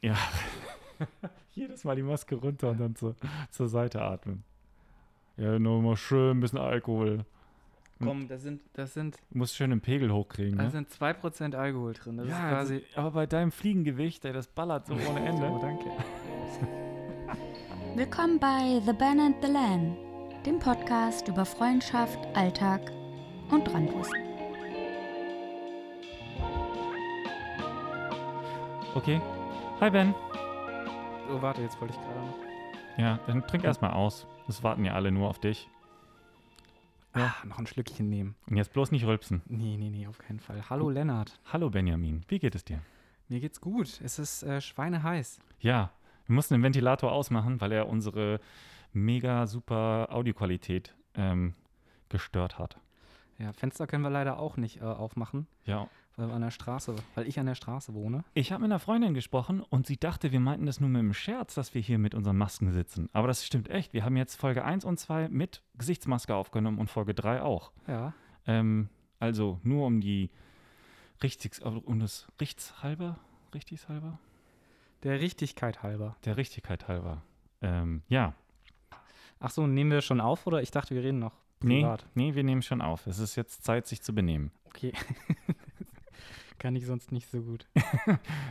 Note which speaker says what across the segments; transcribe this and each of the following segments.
Speaker 1: Ja. Jedes Mal die Maske runter und dann zur, zur Seite atmen. Ja, nochmal schön ein bisschen Alkohol. Hm.
Speaker 2: Komm, das sind, das sind,
Speaker 1: Muss schön den Pegel hochkriegen.
Speaker 2: da
Speaker 1: Ne?
Speaker 2: sind 2% Alkohol drin. Das
Speaker 1: ja, also
Speaker 2: ist quasi.
Speaker 1: das- aber bei deinem Fliegengewicht, ey, das ballert so ohne Ende.
Speaker 2: also Oh, danke.
Speaker 3: Willkommen bei The Ben and the Lamb, dem Podcast über Freundschaft, Alltag und Randwissen.
Speaker 1: Okay. Hi Ben.
Speaker 2: Oh, warte, jetzt wollte ich gerade noch.
Speaker 1: Ja, dann trink erstmal aus. Das warten ja alle nur auf dich.
Speaker 2: Ah, noch ein Schlückchen nehmen.
Speaker 1: Und jetzt bloß nicht rülpsen.
Speaker 2: Nee, nee, nee, auf keinen Fall. Hallo, Lennart.
Speaker 1: Hallo Benjamin, wie geht es dir?
Speaker 2: Mir geht's gut. Es ist äh, schweineheiß.
Speaker 1: Ja, wir mussten den Ventilator ausmachen, weil er unsere mega super Audioqualität ähm, gestört hat.
Speaker 2: Ja, Fenster können wir leider auch nicht äh, aufmachen,
Speaker 1: Ja.
Speaker 2: weil wir an der Straße, weil ich an der Straße wohne.
Speaker 1: Ich habe mit einer Freundin gesprochen und sie dachte, wir meinten das nur mit einem Scherz, dass wir hier mit unseren Masken sitzen. Aber das stimmt echt. Wir haben jetzt Folge 1 und 2 mit Gesichtsmaske aufgenommen und Folge 3 auch.
Speaker 2: Ja.
Speaker 1: Ähm, also nur um die richtigs, um das Richtshalber, richtigshalber?
Speaker 2: Der Richtigkeit halber.
Speaker 1: Der Richtigkeit halber. Ähm, ja.
Speaker 2: Ach so, nehmen wir schon auf oder ich dachte, wir reden noch
Speaker 1: Nee,
Speaker 2: privat.
Speaker 1: nee, wir nehmen schon auf. Es ist jetzt Zeit, sich zu benehmen.
Speaker 2: Okay. Kann ich sonst nicht so gut.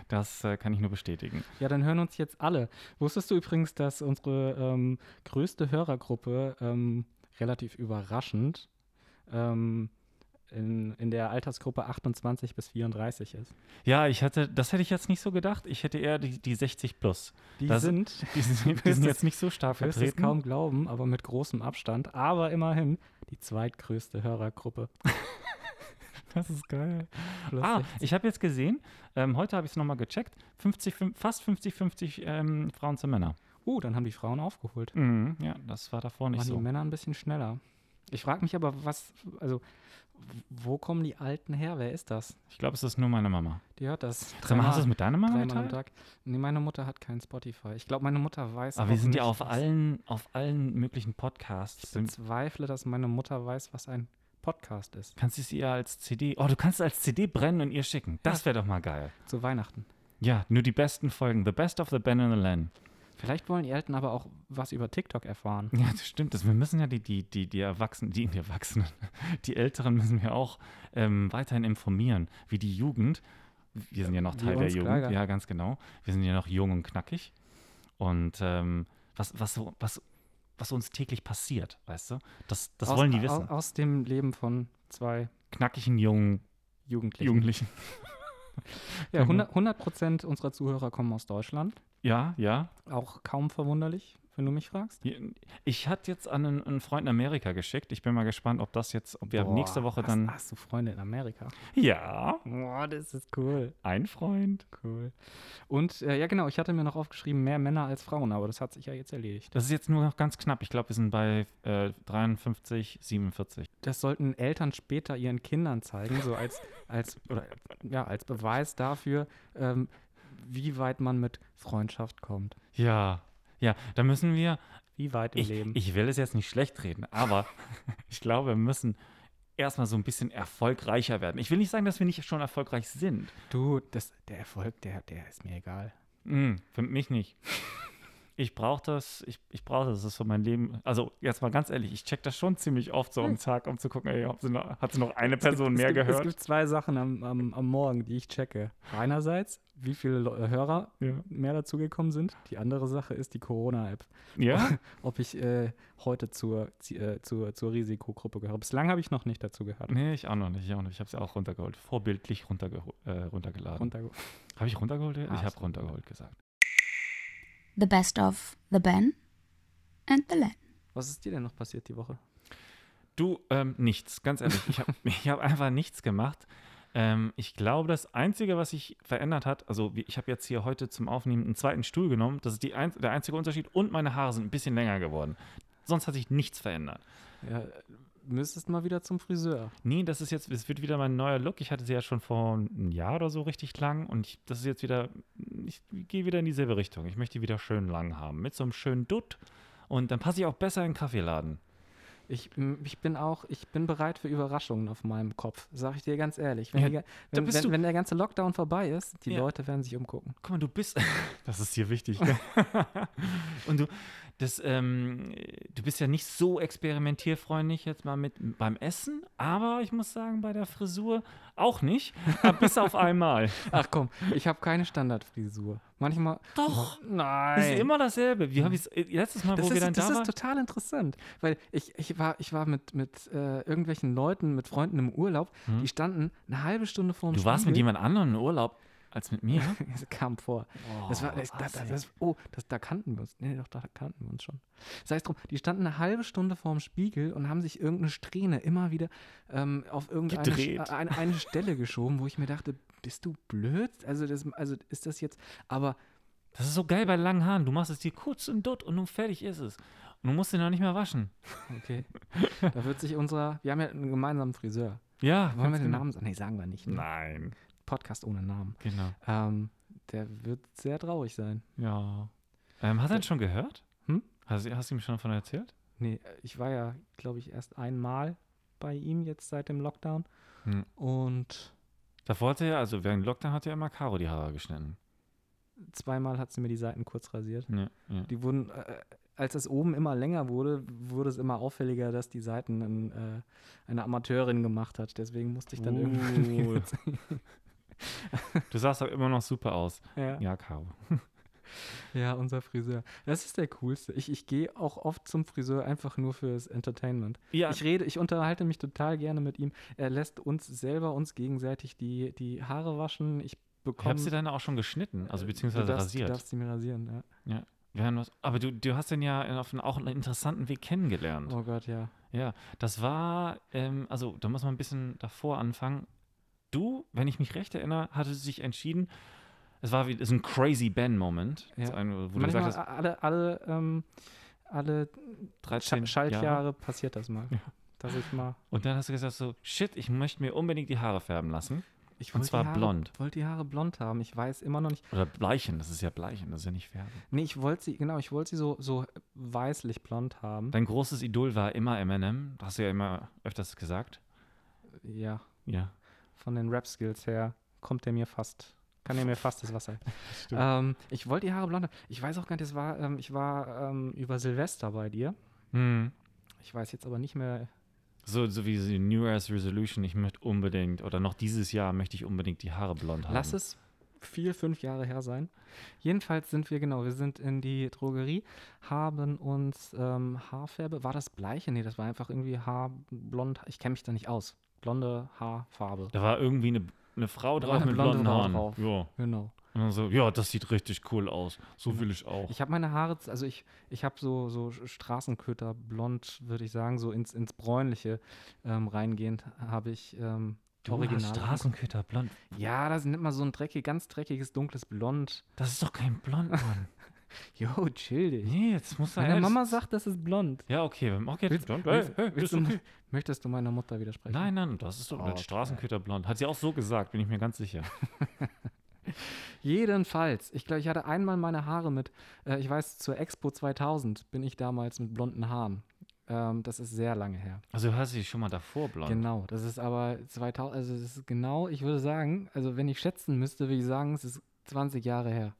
Speaker 1: Das äh, kann ich nur bestätigen.
Speaker 2: Ja, dann hören uns jetzt alle. Wusstest du übrigens, dass unsere ähm, größte Hörergruppe ähm, relativ überraschend ähm, in, in der Altersgruppe 28 bis 34 ist?
Speaker 1: Ja, ich hatte, das hätte ich jetzt nicht so gedacht. Ich hätte eher die, die 60 plus.
Speaker 2: Die
Speaker 1: Das-
Speaker 2: sind,
Speaker 1: Die sind, die
Speaker 2: wirst
Speaker 1: sind
Speaker 2: es-
Speaker 1: jetzt nicht so stark
Speaker 2: du wirst es
Speaker 1: vertreten.
Speaker 2: kaum glauben, aber mit großem Abstand, aber immerhin die zweitgrößte Hörergruppe.
Speaker 1: Das ist geil.
Speaker 2: Plus
Speaker 1: Ah,
Speaker 2: 60.
Speaker 1: ich habe jetzt gesehen, ähm, heute habe ich es nochmal gecheckt, 50, fün- fast 50-50 ähm, Frauen zu Männer.
Speaker 2: Uh, dann haben die Frauen aufgeholt.
Speaker 1: Mhm, ja, das war davor nicht
Speaker 2: Waren die
Speaker 1: so.
Speaker 2: Männer ein bisschen schneller. Ich frage mich aber, was, also, w- wo kommen die Alten her? Wer ist das?
Speaker 1: Ich glaube, es ist nur meine Mama.
Speaker 2: Die hört das.
Speaker 1: Sag mal, hast du
Speaker 2: dreimal.
Speaker 1: es mit deiner Mama
Speaker 2: Dreimal am
Speaker 1: geteilt?
Speaker 2: Tag. Nee, meine Mutter hat kein Spotify. Ich glaube, meine Mutter weiß
Speaker 1: Aber wir
Speaker 2: auch
Speaker 1: sind ja
Speaker 2: nicht,
Speaker 1: auf
Speaker 2: was-
Speaker 1: allen, auf allen möglichen Podcasts.
Speaker 2: Ich bezweifle, dass meine Mutter weiß, was ein Podcast ist.
Speaker 1: Kannst du es ihr als CD? Oh, du kannst es als CD brennen und ihr schicken. Das wäre doch mal geil.
Speaker 2: Zu Weihnachten.
Speaker 1: Ja, nur die besten Folgen. The Best of the Ben and the Len.
Speaker 2: Vielleicht wollen die Eltern aber auch was über TikTok erfahren.
Speaker 1: Ja, das stimmt. Das, wir müssen ja die, die, die, die Erwachsenen, die, die Erwachsenen, die Älteren müssen wir auch ähm, weiterhin informieren, wie die Jugend. Wir sind ja noch
Speaker 2: Wie
Speaker 1: Teil der
Speaker 2: uns,
Speaker 1: Jugend.
Speaker 2: klar, ja.
Speaker 1: Ja, ganz genau. Wir sind ja noch jung und knackig. Und ähm, was, was, so- was, was uns täglich passiert, weißt du? Das, das
Speaker 2: Aus-
Speaker 1: wollen die
Speaker 2: au-
Speaker 1: wissen.
Speaker 2: Aus dem Leben von zwei
Speaker 1: Knackigen jungen
Speaker 2: Jugendlichen.
Speaker 1: Jugendlichen. genau.
Speaker 2: Ja, 100, 100 Prozent unserer Zuhörer kommen aus Deutschland.
Speaker 1: Ja, ja.
Speaker 2: Auch kaum verwunderlich, wenn du mich fragst.
Speaker 1: Ich hatte jetzt an einen, einen Freund in Amerika geschickt. Ich bin mal gespannt, ob das jetzt, ob wir
Speaker 2: Boah,
Speaker 1: nächste Woche
Speaker 2: hast,
Speaker 1: dann.
Speaker 2: Hast du Freunde in Amerika?
Speaker 1: Ja,
Speaker 2: Boah, das ist cool.
Speaker 1: ein Freund.
Speaker 2: Cool. Und äh, ja, genau, ich hatte mir noch aufgeschrieben, mehr Männer als Frauen, aber das hat sich ja jetzt erledigt.
Speaker 1: Das ist jetzt nur noch ganz knapp. Ich glaube, wir sind bei äh, 53, 47.
Speaker 2: das sollten Eltern später ihren Kindern zeigen, so als, als, oder, ja, als Beweis dafür, ähm, wie weit man mit Freundschaft kommt.
Speaker 1: Ja, ja, da müssen wir.
Speaker 2: Wie weit im
Speaker 1: Ich,
Speaker 2: Leben.
Speaker 1: ich will es jetzt nicht schlecht reden, aber ich glaube, wir müssen erstmal so ein bisschen erfolgreicher werden. Ich will nicht sagen, dass wir nicht schon erfolgreich sind.
Speaker 2: du, das, der Erfolg, der, der ist mir egal.
Speaker 1: Mm, für mich nicht. Ich brauche das, ich, ich brauche das, das ist für mein Leben. Also, jetzt mal ganz ehrlich, ich check das schon ziemlich oft so am Tag, um zu gucken, ey, ob sie noch, hat sie noch eine Person
Speaker 2: Hm. es
Speaker 1: mehr
Speaker 2: gibt, Es
Speaker 1: gehört?
Speaker 2: gibt zwei Sachen am, am, am Morgen, die ich checke. Einerseits, wie viele Le äh, Hörer
Speaker 1: Ja.
Speaker 2: mehr dazugekommen sind. Die andere Sache ist die Corona-App.
Speaker 1: ja?
Speaker 2: Ob ich äh, heute zur, Zi- äh, zur, zur Risikogruppe gehöre. Bislang habe ich noch nicht dazu gehört.
Speaker 1: Nee, ich auch noch nicht, ich auch noch. nicht. Ich habe sie auch runtergeholt. Vorbildlich runtergeho äh, runtergeladen.
Speaker 2: Runterge-
Speaker 1: Habe ich runtergeholt?
Speaker 2: Ah,
Speaker 1: Ich
Speaker 2: hast
Speaker 1: habe
Speaker 2: du.
Speaker 1: runtergeholt gesagt.
Speaker 3: The best of The Ben and the Lamb.
Speaker 2: Was ist dir denn noch passiert die Woche?
Speaker 1: Du, ähm, nichts, ganz ehrlich. Ich habe ich hab einfach nichts gemacht. Ähm, ich glaube, das Einzige, was sich verändert hat, also wie- ich habe jetzt hier heute zum Aufnehmen einen zweiten Stuhl genommen, das ist die ein, der einzige Unterschied und meine Haare sind ein bisschen länger geworden. Sonst hat sich nichts verändert.
Speaker 2: Ja, müsstest mal wieder zum Friseur.
Speaker 1: Nee, das ist jetzt, es wird wieder mein neuer Look. Ich hatte sie ja schon vor einem Jahr oder so richtig lang und ich, das ist jetzt wieder, ich gehe wieder in dieselbe Richtung. Ich möchte die wieder schön lang haben, mit so einem schönen Dutt und dann passe ich auch besser in den Kaffeeladen.
Speaker 2: Ich, m, ich bin auch, ich bin bereit für Überraschungen auf meinem Kopf, sag ich dir ganz ehrlich. Wenn,
Speaker 1: Ja,
Speaker 2: die ga-
Speaker 1: da
Speaker 2: wenn,
Speaker 1: bist
Speaker 2: wenn,
Speaker 1: du.
Speaker 2: wenn der ganze Lockdown vorbei ist, die
Speaker 1: Ja.
Speaker 2: Leute werden sich umgucken.
Speaker 1: Guck mal, du bist. Das ist hier wichtig. gell? Und du, das, ähm, du bist ja nicht so experimentierfreundlich jetzt mal mit beim Essen, aber ich muss sagen, bei der Frisur auch nicht. Aber bis auf einmal.
Speaker 2: Ach komm, ich habe keine Standardfrisur. Manchmal.
Speaker 1: Doch.
Speaker 2: Nein.
Speaker 1: Das ist immer dasselbe. Wir haben es äh, letztes Mal,
Speaker 2: Das
Speaker 1: wo wir
Speaker 2: ist,
Speaker 1: dann
Speaker 2: das
Speaker 1: da
Speaker 2: ist
Speaker 1: waren.
Speaker 2: total interessant, weil ich, ich war, ich war mit, mit äh, irgendwelchen Leuten, mit Freunden im Urlaub, die standen eine halbe Stunde vor dem
Speaker 1: Hm. Du warst mit jemand anderem in Urlaub als mit mir.
Speaker 2: Das kam vor. das war, Oh, das, das, das, das, oh, das, da kannten wir uns. Nee, doch, da kannten wir uns schon. Sei es drum, die standen eine halbe Stunde vorm Spiegel und haben sich irgendeine Strähne immer wieder ähm, auf irgendeine
Speaker 1: Gedreht.
Speaker 2: Sch- äh, eine, eine Stelle geschoben, wo ich mir dachte, bist du blöd? Also, das, also ist das jetzt, aber
Speaker 1: Das ist so geil bei langen Haaren. Du machst es dir kurz und dort und nun fertig ist es. Und du musst den noch nicht mehr waschen.
Speaker 2: okay. da wird sich unser, wir haben ja einen gemeinsamen Friseur.
Speaker 1: Ja.
Speaker 2: Wollen wir
Speaker 1: ganz
Speaker 2: den
Speaker 1: genau.
Speaker 2: Namen sagen? Nee, sagen wir nicht. ne?
Speaker 1: Nein.
Speaker 2: Podcast ohne Namen.
Speaker 1: Genau.
Speaker 2: Ähm, der wird sehr traurig sein.
Speaker 1: Ja. Ähm, hast du ihn schon gehört?
Speaker 2: Hm?
Speaker 1: Hast, du- hast du ihm schon davon erzählt?
Speaker 2: Nee, äh, ich war ja, glaube ich, erst einmal bei ihm jetzt seit dem Lockdown.
Speaker 1: Hm.
Speaker 2: Und
Speaker 1: Davor hatte er, also während Lockdown hat er immer Caro die Haare geschnitten.
Speaker 2: zweimal hat sie mir die Seiten kurz rasiert.
Speaker 1: Ja, ja.
Speaker 2: Die wurden, äh, als es oben immer länger wurde, wurde es immer auffälliger, dass die Seiten ein, äh, eine Amateurin gemacht hat. Deswegen musste ich dann
Speaker 1: Uh.
Speaker 2: irgendwie.
Speaker 1: Du sahst aber immer noch super aus.
Speaker 2: ja.
Speaker 1: Ja, Caro.
Speaker 2: ja, unser Friseur. Das ist der coolste. Ich, ich gehe auch oft zum Friseur einfach nur fürs Entertainment.
Speaker 1: Ja,
Speaker 2: Ich rede, ich unterhalte mich total gerne mit ihm. Er lässt uns selber uns gegenseitig die, die Haare waschen. Ich
Speaker 1: ich
Speaker 2: bekomme.
Speaker 1: hab sie dann auch schon geschnitten, also
Speaker 2: äh,
Speaker 1: beziehungsweise
Speaker 2: du darfst,
Speaker 1: rasiert.
Speaker 2: Du darfst sie mir rasieren, ja.
Speaker 1: Während was- aber du, du hast den ja in- auf einen, auch einen interessanten Weg kennengelernt.
Speaker 2: Oh Gott, ja.
Speaker 1: Ja, das war, ähm, also da muss man ein bisschen davor anfangen. Du, wenn ich mich recht erinnere, hattest dich entschieden, es war wie es ist ein crazy Ben-Moment,
Speaker 2: Ja.
Speaker 1: So ein, wo du
Speaker 2: Manchmal
Speaker 1: sagtest,
Speaker 2: a- alle, alle, ähm, alle
Speaker 1: 13
Speaker 2: Scha
Speaker 1: Jahre.
Speaker 2: Schaltjahre passiert das mal.
Speaker 1: Ja.
Speaker 2: Dass ich mal.
Speaker 1: Und dann hast du gesagt so, shit, ich möchte mir unbedingt die Haare färben lassen.
Speaker 2: Ich
Speaker 1: Und
Speaker 2: wollte die
Speaker 1: zwar
Speaker 2: Haare-
Speaker 1: blond.
Speaker 2: wollte die Haare blond haben. Ich weiß immer noch nicht.
Speaker 1: Oder bleichen, das ist ja bleichen, das ist ja nicht färben.
Speaker 2: Nee, ich wollte sie, genau, ich wollte sie so, so weißlich blond haben.
Speaker 1: Dein großes Idol war immer Eminem, das hast du ja immer öfters gesagt.
Speaker 2: Ja.
Speaker 1: Ja.
Speaker 2: von den Rap-Skills her kommt er mir fast, kann er mir fast das Wasser. ähm, ich wollte die Haare blond haben. Ich weiß auch gar nicht, das war, ähm, ich war ähm, über Silvester bei dir.
Speaker 1: Hm.
Speaker 2: Ich weiß jetzt aber nicht mehr.
Speaker 1: So, so wie die New Year's Resolution, ich möchte unbedingt, oder noch dieses Jahr möchte ich unbedingt die Haare blond haben.
Speaker 2: Lass es vier, fünf Jahre her sein. Jedenfalls sind wir, genau, wir sind in die Drogerie, haben uns ähm, Haarfärbe, war das Bleiche? Nee, das war einfach irgendwie Haarblond. Ich kenne mich da nicht aus. Blonde Haarfarbe.
Speaker 1: Da war irgendwie eine, eine Frau
Speaker 2: Da
Speaker 1: drauf
Speaker 2: war eine
Speaker 1: mit
Speaker 2: blonde
Speaker 1: blonden
Speaker 2: Frau
Speaker 1: Haaren.
Speaker 2: drauf.
Speaker 1: Ja.
Speaker 2: Genau.
Speaker 1: Und dann so, ja, das sieht richtig cool aus. So will ich auch.
Speaker 2: Ich habe meine Haare, z- also ich, ich habe so, so Sch- Straßenköter blond, würde ich sagen, so ins, ins Bräunliche ähm, reingehend habe ich ähm, original.
Speaker 1: Straßenköter blond.
Speaker 2: Ja, das nennt man so ein dreckig, ganz dreckiges, dunkles Blond.
Speaker 1: Das ist doch kein Blond, Mann.
Speaker 2: Jo, chill dich.
Speaker 1: nee, jetzt muss er
Speaker 2: Meine
Speaker 1: halt-
Speaker 2: Mama sagt, das ist blond.
Speaker 1: Ja, okay, wenn okay,
Speaker 2: Willst-
Speaker 1: blond. Hey,
Speaker 2: willst-
Speaker 1: hey,
Speaker 2: willst
Speaker 1: ist
Speaker 2: du-
Speaker 1: okay.
Speaker 2: Möchtest du meiner Mutter widersprechen?
Speaker 1: Nein, nein, das ist doch
Speaker 2: Okay.
Speaker 1: okay. Straßenköter blond. Hat sie auch so gesagt, bin ich mir ganz sicher.
Speaker 2: Jedenfalls, ich glaube, ich hatte einmal meine Haare mit, äh, ich weiß, zur Expo 2000 bin ich damals mit blonden Haaren. Ähm, das ist sehr lange her.
Speaker 1: Also hast du sie schon mal davor blond.
Speaker 2: Genau, das ist aber 2000, also das ist genau, ich würde sagen, also wenn ich schätzen müsste, würde ich sagen, es ist 20 Jahre her.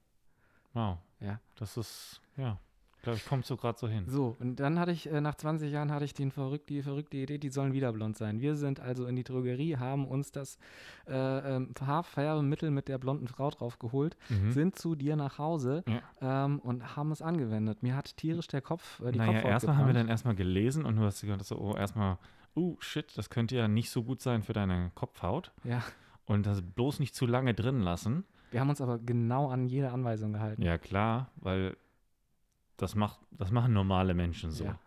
Speaker 1: Wow.
Speaker 2: Ja.
Speaker 1: Das ist, ja, glaube ich, kommt so gerade so hin.
Speaker 2: So, und dann hatte ich, äh, nach 20 Jahren hatte ich den verrückt, die verrückte Idee, die sollen wieder blond sein. Wir sind also in die Drogerie, haben uns das äh, ähm, Haarfärbemittel mit der blonden Frau draufgeholt,
Speaker 1: Mhm.
Speaker 2: sind zu dir nach Hause ähm, und haben es angewendet. Mir hat tierisch der Kopf, äh, die
Speaker 1: Naja,
Speaker 2: Kopfhaut
Speaker 1: erstmal haben wir
Speaker 2: gebrannt.
Speaker 1: dann erstmal gelesen und du hast gesagt, so, oh, erstmal, oh, shit, das könnte ja nicht so gut sein für deine Kopfhaut.
Speaker 2: Ja,
Speaker 1: Und das bloß nicht zu lange drin lassen.
Speaker 2: wir haben uns aber genau an jede Anweisung gehalten.
Speaker 1: Ja, klar, weil das macht, das machen normale Menschen so.
Speaker 2: Ja.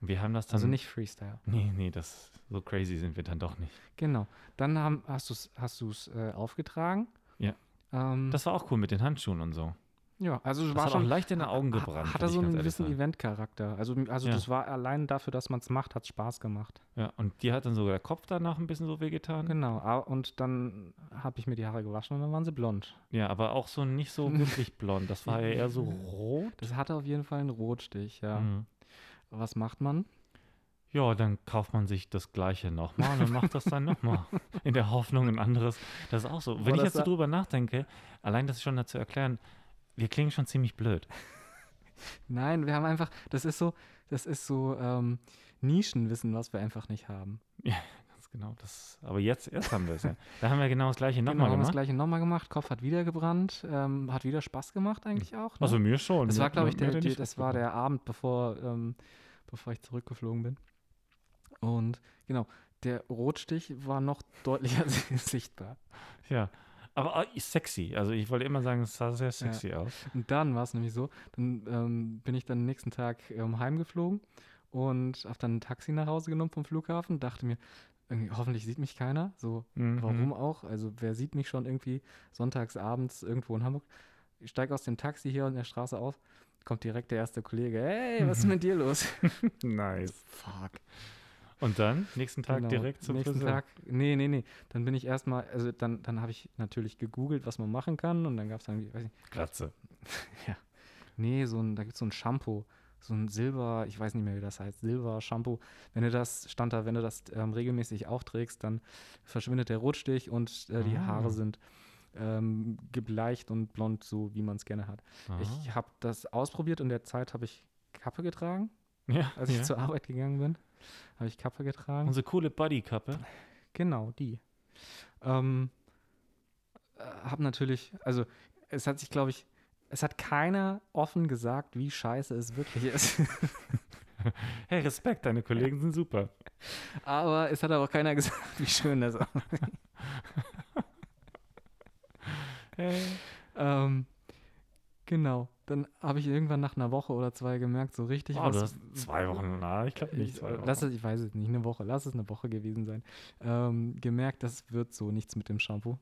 Speaker 1: Wir haben das dann.
Speaker 2: Also nicht Freestyle.
Speaker 1: Mhm. Nee, nee, das so crazy sind wir dann doch nicht.
Speaker 2: Genau. Dann haben, hast du es hast du's, äh, aufgetragen.
Speaker 1: Ja.
Speaker 2: Ähm,
Speaker 1: Das war auch cool mit den Handschuhen und so.
Speaker 2: ja, also es
Speaker 1: Das
Speaker 2: war
Speaker 1: hat auch
Speaker 2: schon.
Speaker 1: leicht in die Augen
Speaker 2: ha-
Speaker 1: gebrannt.
Speaker 2: Hat er
Speaker 1: will
Speaker 2: so
Speaker 1: ich ganz
Speaker 2: einen
Speaker 1: ehrlich
Speaker 2: gewissen
Speaker 1: sagen.
Speaker 2: Eventcharakter. Also, also
Speaker 1: Ja.
Speaker 2: das war allein dafür, dass man es macht, hat Spaß gemacht.
Speaker 1: Ja, und dir hat dann sogar der Kopf danach ein bisschen so wehgetan.
Speaker 2: Genau. a- Und dann habe ich mir die Haare gewaschen und dann waren sie blond.
Speaker 1: Ja, aber auch so nicht so wirklich blond. Das war ja eher so rot.
Speaker 2: Das hatte auf jeden Fall einen Rotstich, ja.
Speaker 1: Mhm.
Speaker 2: Was macht man?
Speaker 1: ja, dann kauft man sich das Gleiche nochmal und macht das dann nochmal. In der Hoffnung, ein anderes. Das ist auch so. Wenn
Speaker 2: Boah,
Speaker 1: ich
Speaker 2: das
Speaker 1: jetzt so
Speaker 2: war-
Speaker 1: drüber nachdenke, allein das schon dazu erklären, wir klingen schon ziemlich blöd.
Speaker 2: Nein, wir haben einfach, das ist so, das ist so ähm, Nischenwissen, was wir einfach nicht haben.
Speaker 1: Ganz genau. Das, aber jetzt erst haben wir es ja. Da haben wir genau das Gleiche
Speaker 2: Genau,
Speaker 1: nochmal
Speaker 2: haben wir das
Speaker 1: gemacht.
Speaker 2: gleiche nochmal gemacht, Kopf hat wieder gebrannt, ähm, hat wieder Spaß gemacht eigentlich auch. Ne?
Speaker 1: Also mir schon.
Speaker 2: das
Speaker 1: Mir-
Speaker 2: war, glaube ich,
Speaker 1: mir hat
Speaker 2: der,
Speaker 1: er
Speaker 2: die,
Speaker 1: nicht
Speaker 2: das war
Speaker 1: gefallen.
Speaker 2: der Abend, bevor, ähm, bevor ich zurückgeflogen bin. Und genau, der Rotstich war noch deutlicher sichtbar.
Speaker 1: Ja. Aber äh, sexy. Also ich wollte immer sagen, es sah sehr sexy aus.
Speaker 2: Und dann war es nämlich so, dann ähm, bin ich dann nächsten Tag ähm, heimgeflogen und habe dann ein Taxi nach Hause genommen vom Flughafen, dachte mir, irgendwie, hoffentlich sieht mich keiner, so
Speaker 1: Mhm.
Speaker 2: Warum auch? Also wer sieht mich schon irgendwie sonntags abends irgendwo in Hamburg? Ich steige aus dem Taxi hier in der Straße aus, kommt direkt der erste Kollege. Hey, was ist mit dir los?
Speaker 1: Nice.
Speaker 2: Fuck.
Speaker 1: Und dann, nächsten Tag
Speaker 2: Genau,
Speaker 1: direkt zum
Speaker 2: nächsten
Speaker 1: Friseur.
Speaker 2: Tag. Nee, nee, nee. Dann bin ich erstmal, also dann, dann habe ich natürlich gegoogelt, was man machen kann und dann gab es dann, irgendwie, weiß nicht,
Speaker 1: Glatze.
Speaker 2: nee, so ein, da gibt es so ein Shampoo, so ein Silber, ich weiß nicht mehr, wie das heißt, Silber-Shampoo. Wenn du das, stand da, wenn du das ähm, regelmäßig aufträgst, dann verschwindet der Rotstich und äh, die
Speaker 1: Ah.
Speaker 2: Haare sind ähm, gebleicht und blond, so wie man es gerne hat.
Speaker 1: Aha.
Speaker 2: Ich habe das ausprobiert und der Zeit habe ich Kappe getragen,
Speaker 1: ja,
Speaker 2: als Also ich
Speaker 1: ja.
Speaker 2: zur Arbeit gegangen bin. Habe ich Kappe getragen.
Speaker 1: Unsere coole Bodykappe.
Speaker 2: Genau, die. Ähm, äh, hab natürlich, also es hat sich, glaube ich, es hat keiner offen gesagt, wie scheiße es wirklich ist.
Speaker 1: Hey, Respekt, deine Kollegen sind super.
Speaker 2: aber es hat aber auch keiner gesagt, wie schön das ist.
Speaker 1: Hey.
Speaker 2: Ähm, genau. Dann habe ich irgendwann nach einer Woche oder zwei gemerkt, so richtig
Speaker 1: Wow,
Speaker 2: was-
Speaker 1: du hast zwei Wochen, na, ich glaube nicht
Speaker 2: Ich-
Speaker 1: zwei Wochen.
Speaker 2: Lass es, ich weiß es nicht, eine Woche, lass es eine Woche gewesen sein. Ähm, gemerkt, das wird so nichts mit dem Shampoo.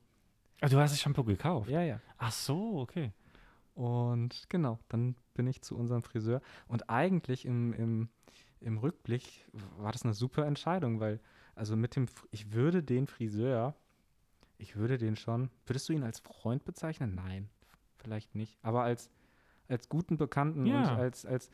Speaker 1: Ah, du hast das Shampoo gekauft?
Speaker 2: Ja, ja.
Speaker 1: Ach so, okay.
Speaker 2: Und genau, dann bin ich zu unserem Friseur. Und eigentlich im, im, im Rückblick war das eine super Entscheidung, weil, also mit dem, Fr- ich würde den Friseur, ich würde den schon, würdest du ihn als Freund bezeichnen? Nein, vielleicht nicht. Aber als, als guten Bekannten und
Speaker 1: Ja.
Speaker 2: als, als,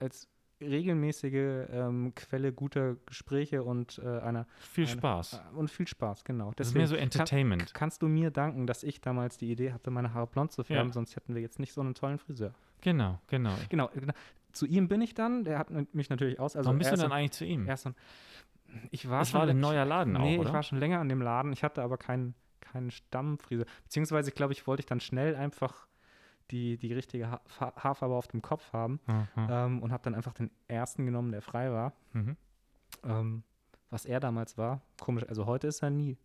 Speaker 2: als regelmäßige ähm, Quelle guter Gespräche und äh, einer
Speaker 1: Viel
Speaker 2: Eine-
Speaker 1: Spaß.
Speaker 2: äh, und viel Spaß, genau.
Speaker 1: das ist mehr so
Speaker 2: kann,
Speaker 1: Entertainment.
Speaker 2: kannst du mir danken, dass ich damals die Idee hatte, meine Haare blond zu färben,
Speaker 1: Ja.
Speaker 2: sonst hätten wir jetzt nicht so einen tollen Friseur.
Speaker 1: Genau, genau.
Speaker 2: Genau, genau. zu ihm bin ich dann, der hat mich natürlich aus. Also
Speaker 1: Warum bist
Speaker 2: er
Speaker 1: du
Speaker 2: ist
Speaker 1: dann
Speaker 2: so-
Speaker 1: eigentlich zu ihm?
Speaker 2: er ist so ein- ich war
Speaker 1: Das
Speaker 2: schon
Speaker 1: war ein
Speaker 2: lä-
Speaker 1: neuer Laden
Speaker 2: Nee,
Speaker 1: auch,
Speaker 2: ich
Speaker 1: oder?
Speaker 2: war schon länger an dem Laden, ich hatte aber keinen, keinen Stammfriseur. Beziehungsweise, glaube ich, wollte ich dann schnell einfach die, die richtige ha Fa- Haarfarbe auf dem Kopf haben
Speaker 1: Aha.
Speaker 2: ähm, und habe dann einfach den ersten genommen, der frei war.
Speaker 1: Äh, Mhm.
Speaker 2: Ähm, was er damals war, komisch, also heute ist er nie,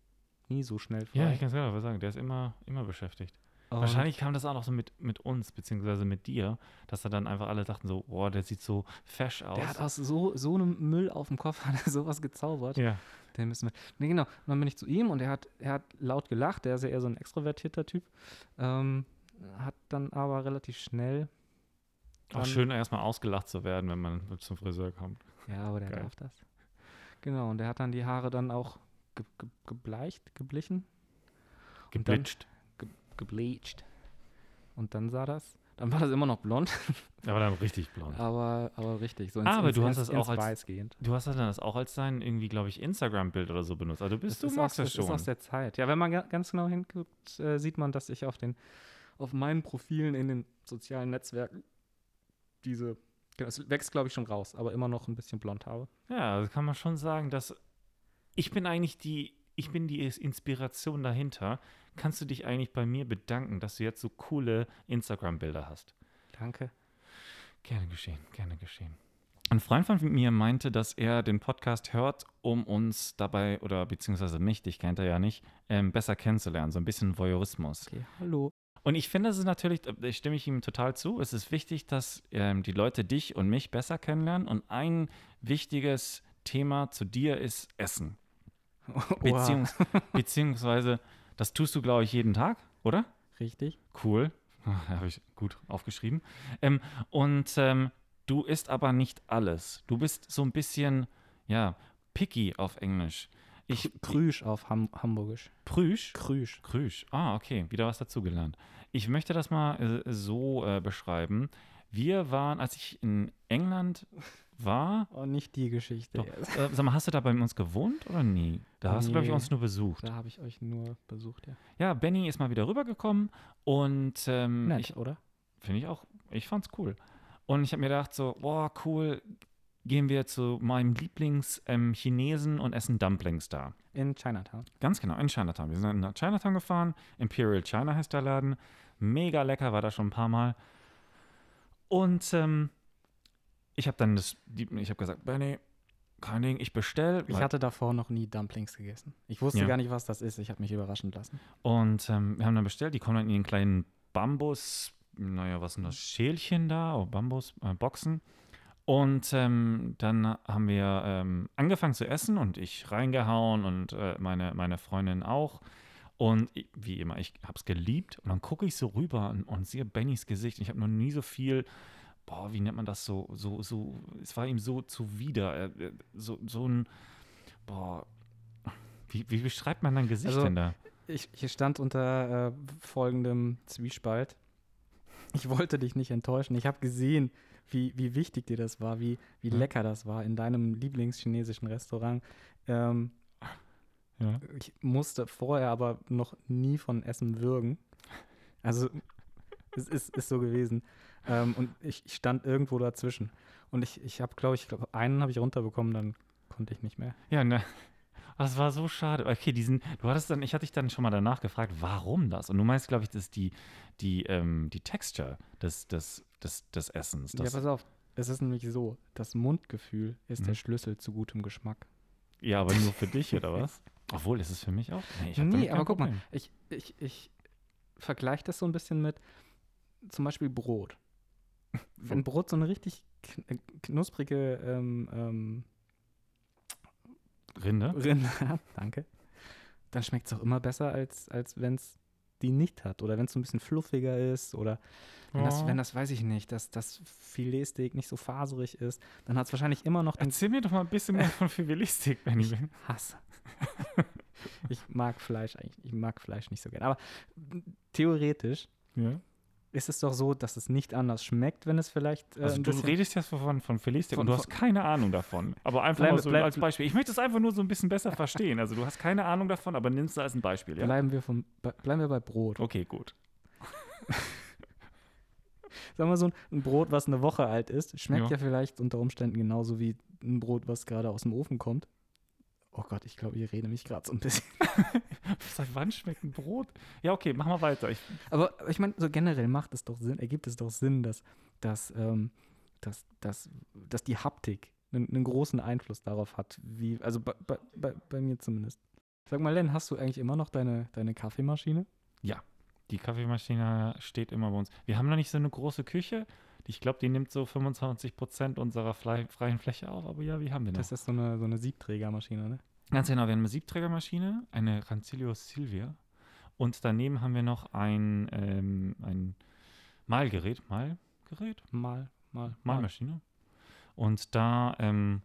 Speaker 2: nie so schnell frei.
Speaker 1: Ja, ich kann es genau was sagen. Der ist immer, immer beschäftigt.
Speaker 2: Und-
Speaker 1: Wahrscheinlich kam das auch noch so mit, mit uns, beziehungsweise mit dir, dass da dann einfach alle dachten so, boah, der sieht so fesch aus.
Speaker 2: Der hat aus so, so einem Müll auf dem Kopf hat er sowas gezaubert.
Speaker 1: ja.
Speaker 2: Den müssen wir. Nee, genau. Und dann bin ich zu ihm und er hat, er hat laut gelacht. Der ist ja eher so ein extrovertierter Typ. Ähm, hat dann aber relativ schnell.
Speaker 1: Auch
Speaker 2: dann-
Speaker 1: schön, erstmal ausgelacht zu werden, wenn man zum Friseur kommt.
Speaker 2: Ja, aber der
Speaker 1: Geil.
Speaker 2: darf das. Genau. Und der hat dann die Haare dann auch ge ge gebleicht, geblichen, Und dann-
Speaker 1: Geblitscht.
Speaker 2: gebleicht. Und dann sah das. Dann war das immer noch blond,
Speaker 1: Aber dann richtig blond. Ah,
Speaker 2: aber, aber richtig. So
Speaker 1: Aber du hast das
Speaker 2: ins
Speaker 1: auch als-
Speaker 2: Weiß gehend.
Speaker 1: Du hast ja dann das auch als dein, irgendwie, glaube ich, Instagram-Bild oder so benutzt. Also bist
Speaker 2: Das
Speaker 1: du
Speaker 2: ist
Speaker 1: magst
Speaker 2: aus,
Speaker 1: das
Speaker 2: Das ist
Speaker 1: schon.
Speaker 2: aus der Zeit. Ja, wenn man ga- ganz genau hinguckt, äh, sieht man, dass ich auf den, auf meinen Profilen in den sozialen Netzwerken diese, genau, es wächst glaube ich schon raus, aber immer noch ein bisschen blond habe.
Speaker 1: Ja, das kann man schon sagen, dass ich bin eigentlich die, ich bin die Is- Inspiration dahinter. Kannst du dich eigentlich bei mir bedanken, dass du jetzt so coole Instagram-Bilder hast?
Speaker 2: Danke.
Speaker 1: Gerne geschehen, gerne geschehen. Ein Freund von mir meinte, dass er den Podcast hört, um uns dabei, oder beziehungsweise mich, dich kennt er ja nicht, ähm, besser kennenzulernen. So ein bisschen Voyeurismus.
Speaker 2: Okay, hallo.
Speaker 1: Und ich finde, es ist natürlich, äh, da stimme ich ihm total zu, es ist wichtig, dass ähm, die Leute dich und mich besser kennenlernen. Und ein wichtiges Thema zu dir ist Essen.
Speaker 2: Beziehung.
Speaker 1: Beziehungs beziehungsweise, das tust du, glaube ich, jeden Tag, oder?
Speaker 2: Richtig.
Speaker 1: Cool. Habe ich gut aufgeschrieben. Ähm, und ähm, du isst aber nicht alles. Du bist so ein bisschen, ja, picky auf Englisch. Ich
Speaker 2: Krüsch auf Ham Hamburgisch.
Speaker 1: prüsch.
Speaker 2: Krüsch.
Speaker 1: Krüsch. Ah, okay, wieder was dazugelernt. Ich möchte das mal äh, so äh, beschreiben. Wir waren, als ich in England war.
Speaker 2: Und Oh, nicht die Geschichte.
Speaker 1: Doch.
Speaker 2: jetzt.
Speaker 1: Äh, sag mal, hast du da bei uns gewohnt oder nie? Da hast du, glaube ich,
Speaker 2: Nee.
Speaker 1: uns nur besucht.
Speaker 2: Da habe ich euch nur besucht, ja.
Speaker 1: Ja, Benny ist mal wieder rübergekommen und ähm,
Speaker 2: Nett,
Speaker 1: ich
Speaker 2: Hm, oder?
Speaker 1: finde ich auch, ich fand's cool. Und ich habe mir gedacht so, boah, cool, gehen wir zu meinem Lieblings ähm, Chinesen und essen Dumplings da.
Speaker 2: In Chinatown.
Speaker 1: Ganz genau, in Chinatown. Wir sind nach Chinatown gefahren. Imperial China heißt der Laden. Mega lecker, war da schon ein paar Mal. Und ähm, ich habe dann das, die, ich habe gesagt, Benny, kein Ding, ich bestell.
Speaker 2: Ich hatte davor noch nie Dumplings gegessen. Ich wusste
Speaker 1: Ja.
Speaker 2: gar nicht, was das ist. Ich habe mich überraschen lassen.
Speaker 1: Und ähm, wir haben dann bestellt, die kommen dann in den kleinen Bambus, naja, was sind das, Schälchen da, oh, Bambus, äh, Boxen. Und ähm, dann haben wir ähm, angefangen zu essen und ich reingehauen und äh, meine, meine Freundin auch. Und i- wie immer, ich habe es geliebt. Und dann gucke ich so rüber und, und sehe Bennys Gesicht. Und ich habe noch nie so viel, boah, wie nennt man das so, so, so, es war ihm so zuwider. äh, äh, So, so ein, boah, wie, wie beschreibt man dein Gesicht
Speaker 2: Also,
Speaker 1: denn da?
Speaker 2: Ich, hier stand unter äh, folgendem Zwiespalt. Ich wollte dich nicht enttäuschen. Ich habe gesehen, wie, wie wichtig dir das war, wie, wie
Speaker 1: Ja.
Speaker 2: lecker das war in deinem lieblingschinesischen Restaurant. Ähm,
Speaker 1: Ja.
Speaker 2: ich musste vorher aber noch nie von Essen würgen. Also es ist, ist so gewesen. Ähm, und ich, ich stand irgendwo dazwischen. Und ich, ich habe, glaube ich, glaub, einen habe ich runterbekommen, dann konnte ich nicht mehr.
Speaker 1: Ja, ne. Das war so schade. Okay, diesen, du hattest dann, ich hatte dich dann schon mal danach gefragt, warum das? Und du meinst, glaube ich, dass die, die, ähm, die Texture des, des, des, des Essens.
Speaker 2: ja,
Speaker 1: Das,
Speaker 2: pass auf. Es ist nämlich so, das Mundgefühl ist
Speaker 1: Mhm.
Speaker 2: der Schlüssel zu gutem Geschmack.
Speaker 1: ja, aber nur für dich, oder was? Obwohl, ist es für mich auch. Nee, ich hab damit
Speaker 2: nee,
Speaker 1: kein
Speaker 2: aber guck mal,
Speaker 1: Problem.
Speaker 2: ich, ich, ich vergleiche das so ein bisschen mit zum Beispiel Brot. Wenn Brot so eine richtig kn- äh, knusprige ähm, ähm,
Speaker 1: Rinde?
Speaker 2: Rinde hat, danke, dann schmeckt es auch immer besser, als, als wenn es die nicht hat. Oder wenn es so ein bisschen fluffiger ist oder wenn, das,
Speaker 1: Ja.
Speaker 2: wenn das, weiß ich nicht, dass das Filetsteak nicht so faserig ist, dann hat es wahrscheinlich immer noch den
Speaker 1: Erzähl mir doch mal ein bisschen mehr von Filetsteak, wenn ich bin.
Speaker 2: hasse. ich mag Fleisch eigentlich, ich mag Fleisch nicht so gerne. Aber theoretisch
Speaker 1: Ja.
Speaker 2: ist es doch so, dass es nicht anders schmeckt, wenn es vielleicht äh,
Speaker 1: Also
Speaker 2: ein
Speaker 1: du
Speaker 2: bisschen-
Speaker 1: redest jetzt von, von Filetsteak und
Speaker 2: Von-
Speaker 1: du hast keine Ahnung davon. Aber einfach
Speaker 2: Bleib-
Speaker 1: mal so
Speaker 2: bleib-
Speaker 1: als Beispiel. Ich möchte es einfach nur so ein bisschen besser verstehen. Also du hast keine Ahnung davon, aber nimmst es als ein Beispiel, ja? Oh.
Speaker 2: Bleiben wir, vom, be- bleiben wir bei Brot.
Speaker 1: Okay, gut.
Speaker 2: Sagen wir so, ein- ein Brot, was eine Woche alt ist, schmeckt
Speaker 1: Ja.
Speaker 2: ja, vielleicht unter Umständen genauso wie ein Brot, was gerade aus dem Ofen kommt. Oh Gott, ich glaube, ich rede mich gerade so ein bisschen.
Speaker 1: Seit wann schmeckt ein Brot? Ja, okay, mach mal weiter. Ich,
Speaker 2: Aber ich meine, so generell macht es doch Sinn, ergibt es doch Sinn, dass, dass, ähm, dass, dass, dass die Haptik einen, einen großen Einfluss darauf hat, wie, also bei, bei, bei, bei mir zumindest. Sag mal, Len, hast du eigentlich immer noch deine, deine Kaffeemaschine?
Speaker 1: Genau. die Kaffeemaschine steht immer bei uns. Wir haben noch nicht so eine große Küche. Die- Ich glaube, die nimmt so 25 Prozent unserer frei, freien Fläche auf. Aber ja, wie haben wir noch?
Speaker 2: Das ist so eine, so eine Siebträgermaschine, ne?
Speaker 1: Ganz genau, wir haben eine Siebträgermaschine, eine Rancilio Silvia. Und daneben haben wir noch ein, ähm, ein Mahlgerät. Mahlgerät?
Speaker 2: Mal, mal, mal.
Speaker 1: Malmaschine. Und da, ähm,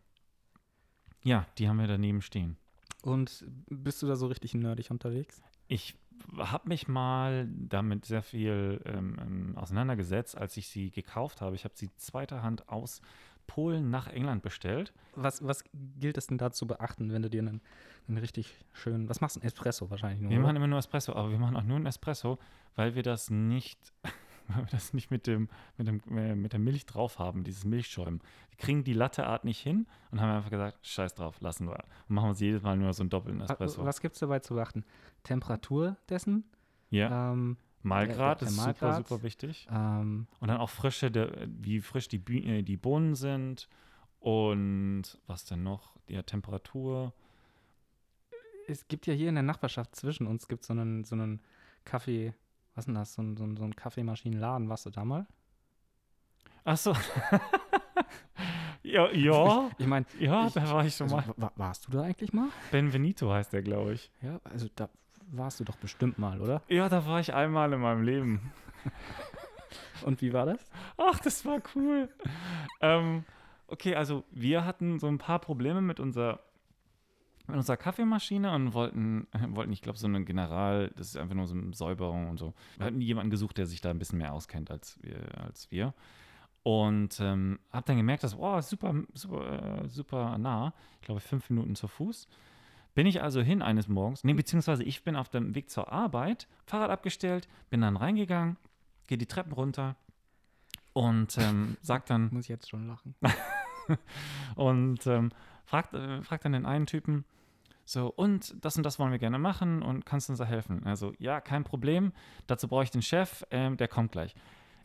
Speaker 1: ja, die haben wir daneben stehen.
Speaker 2: Und bist du da so richtig nerdig unterwegs?
Speaker 1: Ich habe mich mal damit sehr viel ähm, ähm, auseinandergesetzt, als ich sie gekauft habe. Ich habe sie zweiter Hand aus Polen nach England bestellt.
Speaker 2: Was, was gilt es denn da zu beachten, wenn du dir einen, einen richtig schönen, was machst du, einen Espresso wahrscheinlich nur?
Speaker 1: Wir
Speaker 2: oder?
Speaker 1: machen immer nur Espresso, aber wir machen auch nur einen Espresso, weil wir das nicht, weil wir das nicht mit, dem, mit, dem, äh, mit der Milch drauf haben, dieses Milchschäumen. Wir kriegen die Latteart nicht hin und haben einfach gesagt, scheiß drauf, lassen wir. Und machen uns jedes Mal nur so einen doppelten
Speaker 2: Ah,
Speaker 1: Espresso.
Speaker 2: Was gibt es dabei zu beachten? Temperatur dessen,
Speaker 1: ja,
Speaker 2: ähm,
Speaker 1: Malgrad
Speaker 2: der- der
Speaker 1: ist super,
Speaker 2: Mahlgrad.
Speaker 1: super wichtig.
Speaker 2: ähm,
Speaker 1: Und dann auch frische, der, wie frisch die, Bü- äh, die Bohnen sind und was denn noch? Die Temperatur.
Speaker 2: es gibt ja hier in der Nachbarschaft zwischen uns gibt so einen so einen Kaffee, was denn das, so einen, so einen, so einen Kaffeemaschinenladen, warst du da mal?
Speaker 1: Ach so. ja, ja,
Speaker 2: Ich meine,
Speaker 1: ja,
Speaker 2: Ich-
Speaker 1: Ah, da war ich schon
Speaker 2: also,
Speaker 1: mal.
Speaker 2: wa- warst du da eigentlich mal?
Speaker 1: Benvenuto heißt der, glaube ich.
Speaker 2: Ja, also da warst du doch bestimmt mal, oder?
Speaker 1: Ja, da war ich einmal in meinem Leben.
Speaker 2: Und wie war das?
Speaker 1: Ach, das war cool. ähm, okay, also wir hatten so ein paar Probleme mit unserer, mit unserer Kaffeemaschine und wollten, wollten ich glaube, so eine General, das ist einfach nur so eine Säuberung und so. Wir hatten jemanden gesucht, der sich da ein bisschen mehr auskennt als wir. Als wir. Und ähm, habe dann gemerkt, dass, oh, super, super, äh, super nah, ich glaube fünf Minuten zu Fuß. Bin ich also hin eines Morgens, nee, beziehungsweise ich bin auf dem Weg zur Arbeit, Fahrrad abgestellt, bin dann reingegangen, gehe die Treppen runter und ähm, sag dann,
Speaker 2: Muss ich jetzt schon lachen.
Speaker 1: und ähm, fragt, äh, fragt dann den einen Typen, so, und das und das wollen wir gerne machen und kannst uns da helfen? Also, ja, kein Problem, dazu brauche ich den Chef, ähm, der kommt gleich.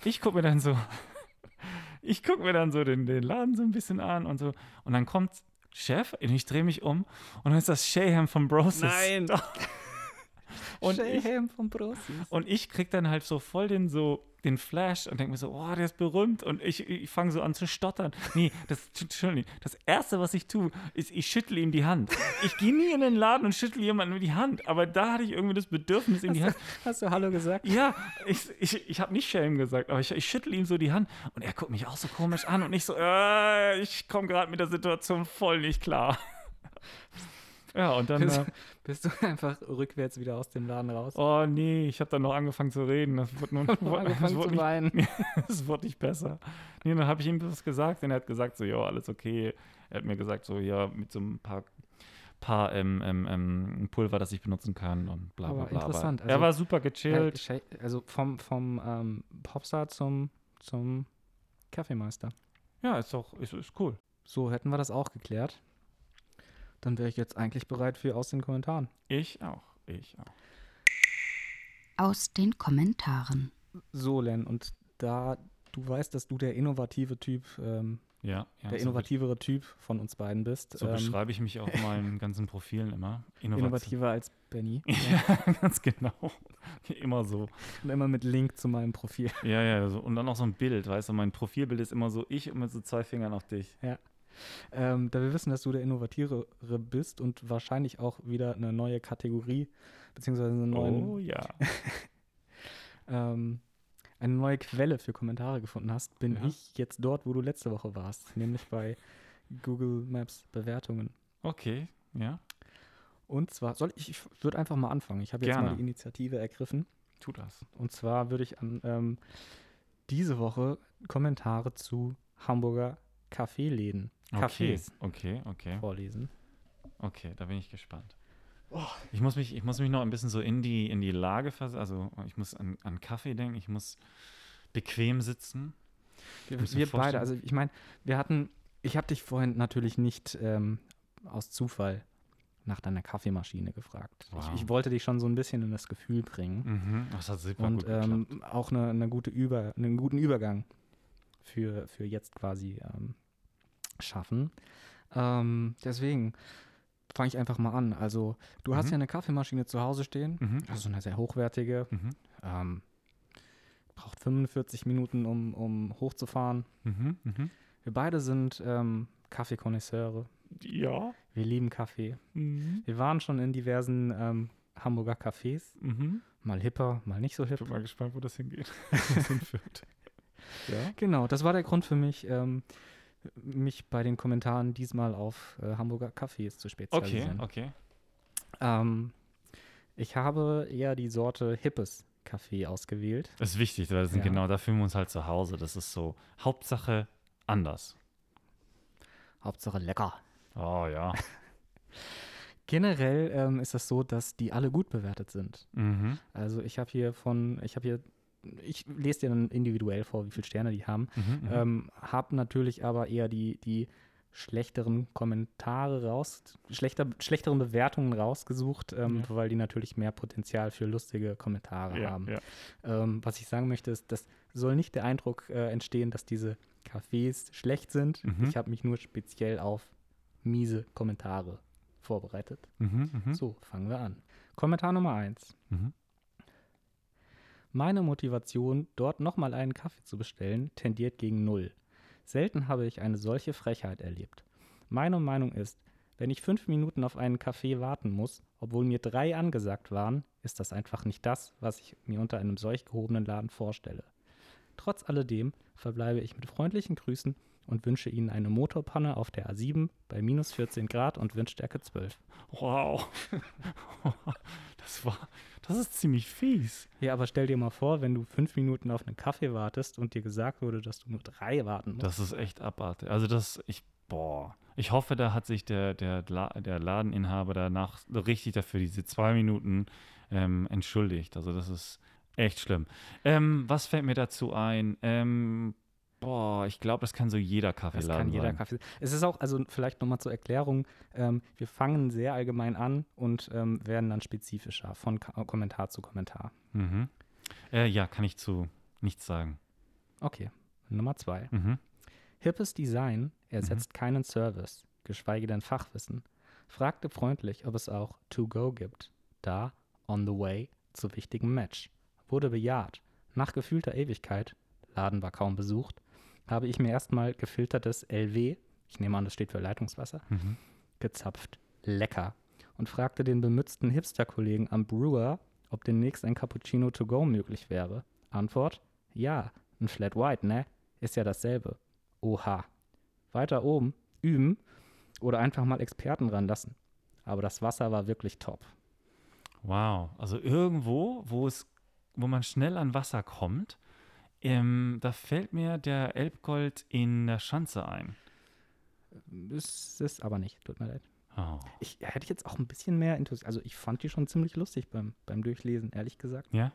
Speaker 1: Ich gucke mir dann so, ich gucke mir dann so den, den Laden so ein bisschen an und so, und dann kommt Chef, und ich drehe mich um und dann ist das Shayham von Broses.
Speaker 2: Nein.
Speaker 1: Doch. und ich,
Speaker 2: Wilhelm von Brosis.
Speaker 1: und ich krieg dann halt so voll den so den Flash und denke mir so, oh, der ist berühmt und ich, ich fange so an zu stottern. Nee, das, Entschuldigung, das Erste, was ich tue, ist, ich schüttle ihm die Hand. Ich gehe nie in den Laden und schüttle jemandem die Hand, aber da hatte ich irgendwie das Bedürfnis, ihm die Hand.
Speaker 2: Hast du Hallo gesagt?
Speaker 1: Ja, ich, ich, ich habe nicht Shame gesagt, aber ich, ich schüttle ihm so die Hand und er guckt mich auch so komisch an und ich so, äh, ich komme gerade mit der Situation voll nicht klar. Ja, und dann.
Speaker 2: Bist,
Speaker 1: Äh,
Speaker 2: bist du einfach rückwärts wieder aus dem Laden raus?
Speaker 1: Oh nee, ich habe dann noch angefangen zu reden. Das wurde, nun,
Speaker 2: Und
Speaker 1: das
Speaker 2: angefangen
Speaker 1: wurde
Speaker 2: zu
Speaker 1: nicht
Speaker 2: weinen.
Speaker 1: es wurde nicht besser. Nee, dann habe ich ihm das gesagt und er hat gesagt, so, ja, alles okay. Er hat mir gesagt, so, ja, mit so ein paar, paar ähm, ähm, ähm, Pulver, das ich benutzen kann und bla bla
Speaker 2: Aber
Speaker 1: bla.
Speaker 2: interessant,
Speaker 1: er
Speaker 2: also-
Speaker 1: war super
Speaker 2: Ja,
Speaker 1: gechillt.
Speaker 2: Shay- Also vom, vom ähm, Popstar zum, zum Kaffeemeister.
Speaker 1: Ja, ist doch, ist, ist cool.
Speaker 2: So hätten wir das auch geklärt. Dann wäre ich jetzt eigentlich bereit für aus den Kommentaren.
Speaker 1: Ich auch, ich auch.
Speaker 3: Aus den Kommentaren.
Speaker 2: So, Len, und da du weißt, dass du der innovative Typ, ähm,
Speaker 1: Ja, ja
Speaker 2: der
Speaker 1: so
Speaker 2: innovativere Typ von uns beiden bist.
Speaker 1: be- So
Speaker 2: ähm,
Speaker 1: beschreibe ich mich auf meinen ganzen Profilen immer. Innovativ.
Speaker 2: innovativer als Benny.
Speaker 1: Ja, ganz genau. Immer so.
Speaker 2: Und immer mit Link zu meinem Profil.
Speaker 1: Ja, ja, so. und dann auch so ein Bild, weißt du, mein Profilbild ist immer so ich und mit so zwei Fingern auf dich.
Speaker 2: Ähm, da wir wissen, dass du der Innovativere bist und wahrscheinlich auch wieder eine neue Kategorie, beziehungsweise einen neuen,
Speaker 1: Oh ja.
Speaker 2: ähm, eine neue Quelle für Kommentare gefunden hast, bin
Speaker 1: Ja.
Speaker 2: ich jetzt dort, wo du letzte Woche warst, nämlich bei Google Maps Bewertungen.
Speaker 1: Okay, ja,
Speaker 2: Und zwar, soll ich, ich würde einfach mal anfangen. Ich habe jetzt mal
Speaker 1: Gerne.
Speaker 2: die Initiative ergriffen.
Speaker 1: tu das.
Speaker 2: Und zwar würde ich an ähm, diese Woche Kommentare zu Hamburger Kaffeeläden, Cafés
Speaker 1: Okay, okay, okay,
Speaker 2: vorlesen.
Speaker 1: okay, da bin ich gespannt.
Speaker 2: Oh.
Speaker 1: Ich, muss mich, ich muss mich noch ein bisschen so in die, in die Lage versetzen. Also, ich muss an, an Kaffee denken, ich muss bequem sitzen.
Speaker 2: Wir,
Speaker 1: Kannst du
Speaker 2: wir
Speaker 1: dir
Speaker 2: beide,
Speaker 1: vorstellen?
Speaker 2: also ich meine, wir hatten, ich habe dich vorhin natürlich nicht ähm, aus Zufall nach deiner Kaffeemaschine gefragt.
Speaker 1: Wow.
Speaker 2: Ich, ich wollte dich schon so ein bisschen in das Gefühl bringen
Speaker 1: Mhm. Das hat super
Speaker 2: und
Speaker 1: gut geklappt.
Speaker 2: ähm, auch eine, eine gute Über, einen guten Übergang für, für jetzt quasi ähm, schaffen. Ähm, deswegen fange ich einfach mal an. Also du hast
Speaker 1: Mhm.
Speaker 2: ja eine Kaffeemaschine zu Hause stehen,
Speaker 1: Mhm.
Speaker 2: also eine sehr hochwertige,
Speaker 1: Mhm.
Speaker 2: ähm, braucht 45 Minuten, um, um hochzufahren.
Speaker 1: Mhm. Mhm.
Speaker 2: Wir beide sind ähm, Kaffeekonnoisseure.
Speaker 1: Ja.
Speaker 2: Wir lieben Kaffee.
Speaker 1: Mhm.
Speaker 2: Wir waren schon in diversen ähm, Hamburger Cafés.
Speaker 1: Mhm.
Speaker 2: Mal hipper, mal nicht so
Speaker 1: Ich bin
Speaker 2: hip.
Speaker 1: mal gespannt, wo das hingeht. wo das hinführt. Ja.
Speaker 2: Genau, das war der Grund für mich, ähm, mich bei den Kommentaren diesmal auf äh, Hamburger Cafés zu
Speaker 1: Okay,
Speaker 2: spezialisieren.
Speaker 1: okay.
Speaker 2: Ähm, ich habe eher die Sorte hippes Kaffee ausgewählt.
Speaker 1: Das ist wichtig, weil das sind
Speaker 2: Ja.
Speaker 1: genau da fühlen wir uns halt zu Hause. Das ist so Hauptsache anders.
Speaker 2: Hauptsache lecker.
Speaker 1: Oh ja.
Speaker 2: Generell ähm, ist das so, dass die alle gut bewertet sind.
Speaker 1: Mhm.
Speaker 2: Also ich habe hier von, ich habe hier, ich lese dir dann individuell vor, wie viele Sterne die haben.
Speaker 1: Mhm. mhm.
Speaker 2: Ähm, hab natürlich aber eher die, die schlechteren Kommentare raus, schlechter, schlechteren Bewertungen rausgesucht, ähm, weil die natürlich mehr Potenzial für lustige Kommentare
Speaker 1: ja,
Speaker 2: haben.
Speaker 1: ja.
Speaker 2: Ähm, was ich sagen möchte, ist, das soll nicht der Eindruck äh, entstehen, dass diese Cafés schlecht sind.
Speaker 1: Mhm.
Speaker 2: Ich habe mich nur speziell auf miese Kommentare vorbereitet.
Speaker 1: Mhm. Mhm.
Speaker 2: So, fangen wir an. Kommentar Nummer 1.
Speaker 1: Mhm.
Speaker 2: Meine Motivation, dort nochmal einen Kaffee zu bestellen, tendiert gegen Null. Selten habe ich eine solche Frechheit erlebt. Meine Meinung ist, wenn ich fünf Minuten auf einen Kaffee warten muss, obwohl mir drei angesagt waren, ist das einfach nicht das, was ich mir unter einem solch gehobenen Laden vorstelle. Trotz alledem verbleibe ich mit freundlichen Grüßen und wünsche Ihnen eine Motorpanne auf der A7 bei minus 14 Grad und Windstärke 12.
Speaker 1: Wow. Das war, Das ist ziemlich fies.
Speaker 2: Ja, aber stell dir mal vor, wenn du fünf Minuten auf einen Kaffee wartest und dir gesagt wurde, dass du nur drei warten musst.
Speaker 1: Das ist echt abartig. Also das, ich, boah. Ich hoffe, da hat sich der, der, La- der Ladeninhaber danach richtig dafür diese zwei Minuten ähm, entschuldigt. Also das ist echt schlimm. Ähm, was fällt mir dazu ein? Ähm, boah, ich glaube, das kann so jeder
Speaker 2: Das
Speaker 1: Kaffeeladen
Speaker 2: kann jeder
Speaker 1: sein.
Speaker 2: Kaffee. Es ist auch, also vielleicht nochmal zur Erklärung, ähm, wir fangen sehr allgemein an und ähm, werden dann spezifischer von Ka Kommentar zu Kommentar.
Speaker 1: Mhm. Äh, ja, kann ich zu nichts sagen.
Speaker 2: Okay, Nummer zwei.
Speaker 1: Mhm.
Speaker 2: Hippes Design ersetzt keinen Service, geschweige denn Fachwissen. Fragte freundlich, ob es auch To-Go gibt. Da, on the way, zu wichtigem Match. Wurde bejaht. Nach gefühlter Ewigkeit, Laden war kaum besucht, habe ich mir erstmal gefiltertes LW, ich nehme an, das steht für Leitungswasser,
Speaker 1: Mhm.
Speaker 2: gezapft. Lecker. Und fragte den bemützten Hipster-Kollegen am Brewer, ob demnächst ein Cappuccino to go möglich wäre. Antwort: Ja, ein Flat White, ne? Ist ja dasselbe. Oha. Weiter oben, üben oder einfach mal Experten ranlassen. Aber das Wasser war wirklich top.
Speaker 1: Wow, also irgendwo, wo es, wo man schnell an Wasser kommt, ähm, da fällt mir der Elbgold in der Schanze ein.
Speaker 2: Ist es aber nicht, tut mir leid.
Speaker 1: Oh.
Speaker 2: Ich hätte ich jetzt auch ein bisschen mehr Enthusiasmus. Also, ich fand die schon ziemlich lustig beim, beim Durchlesen, ehrlich gesagt.
Speaker 1: Ja.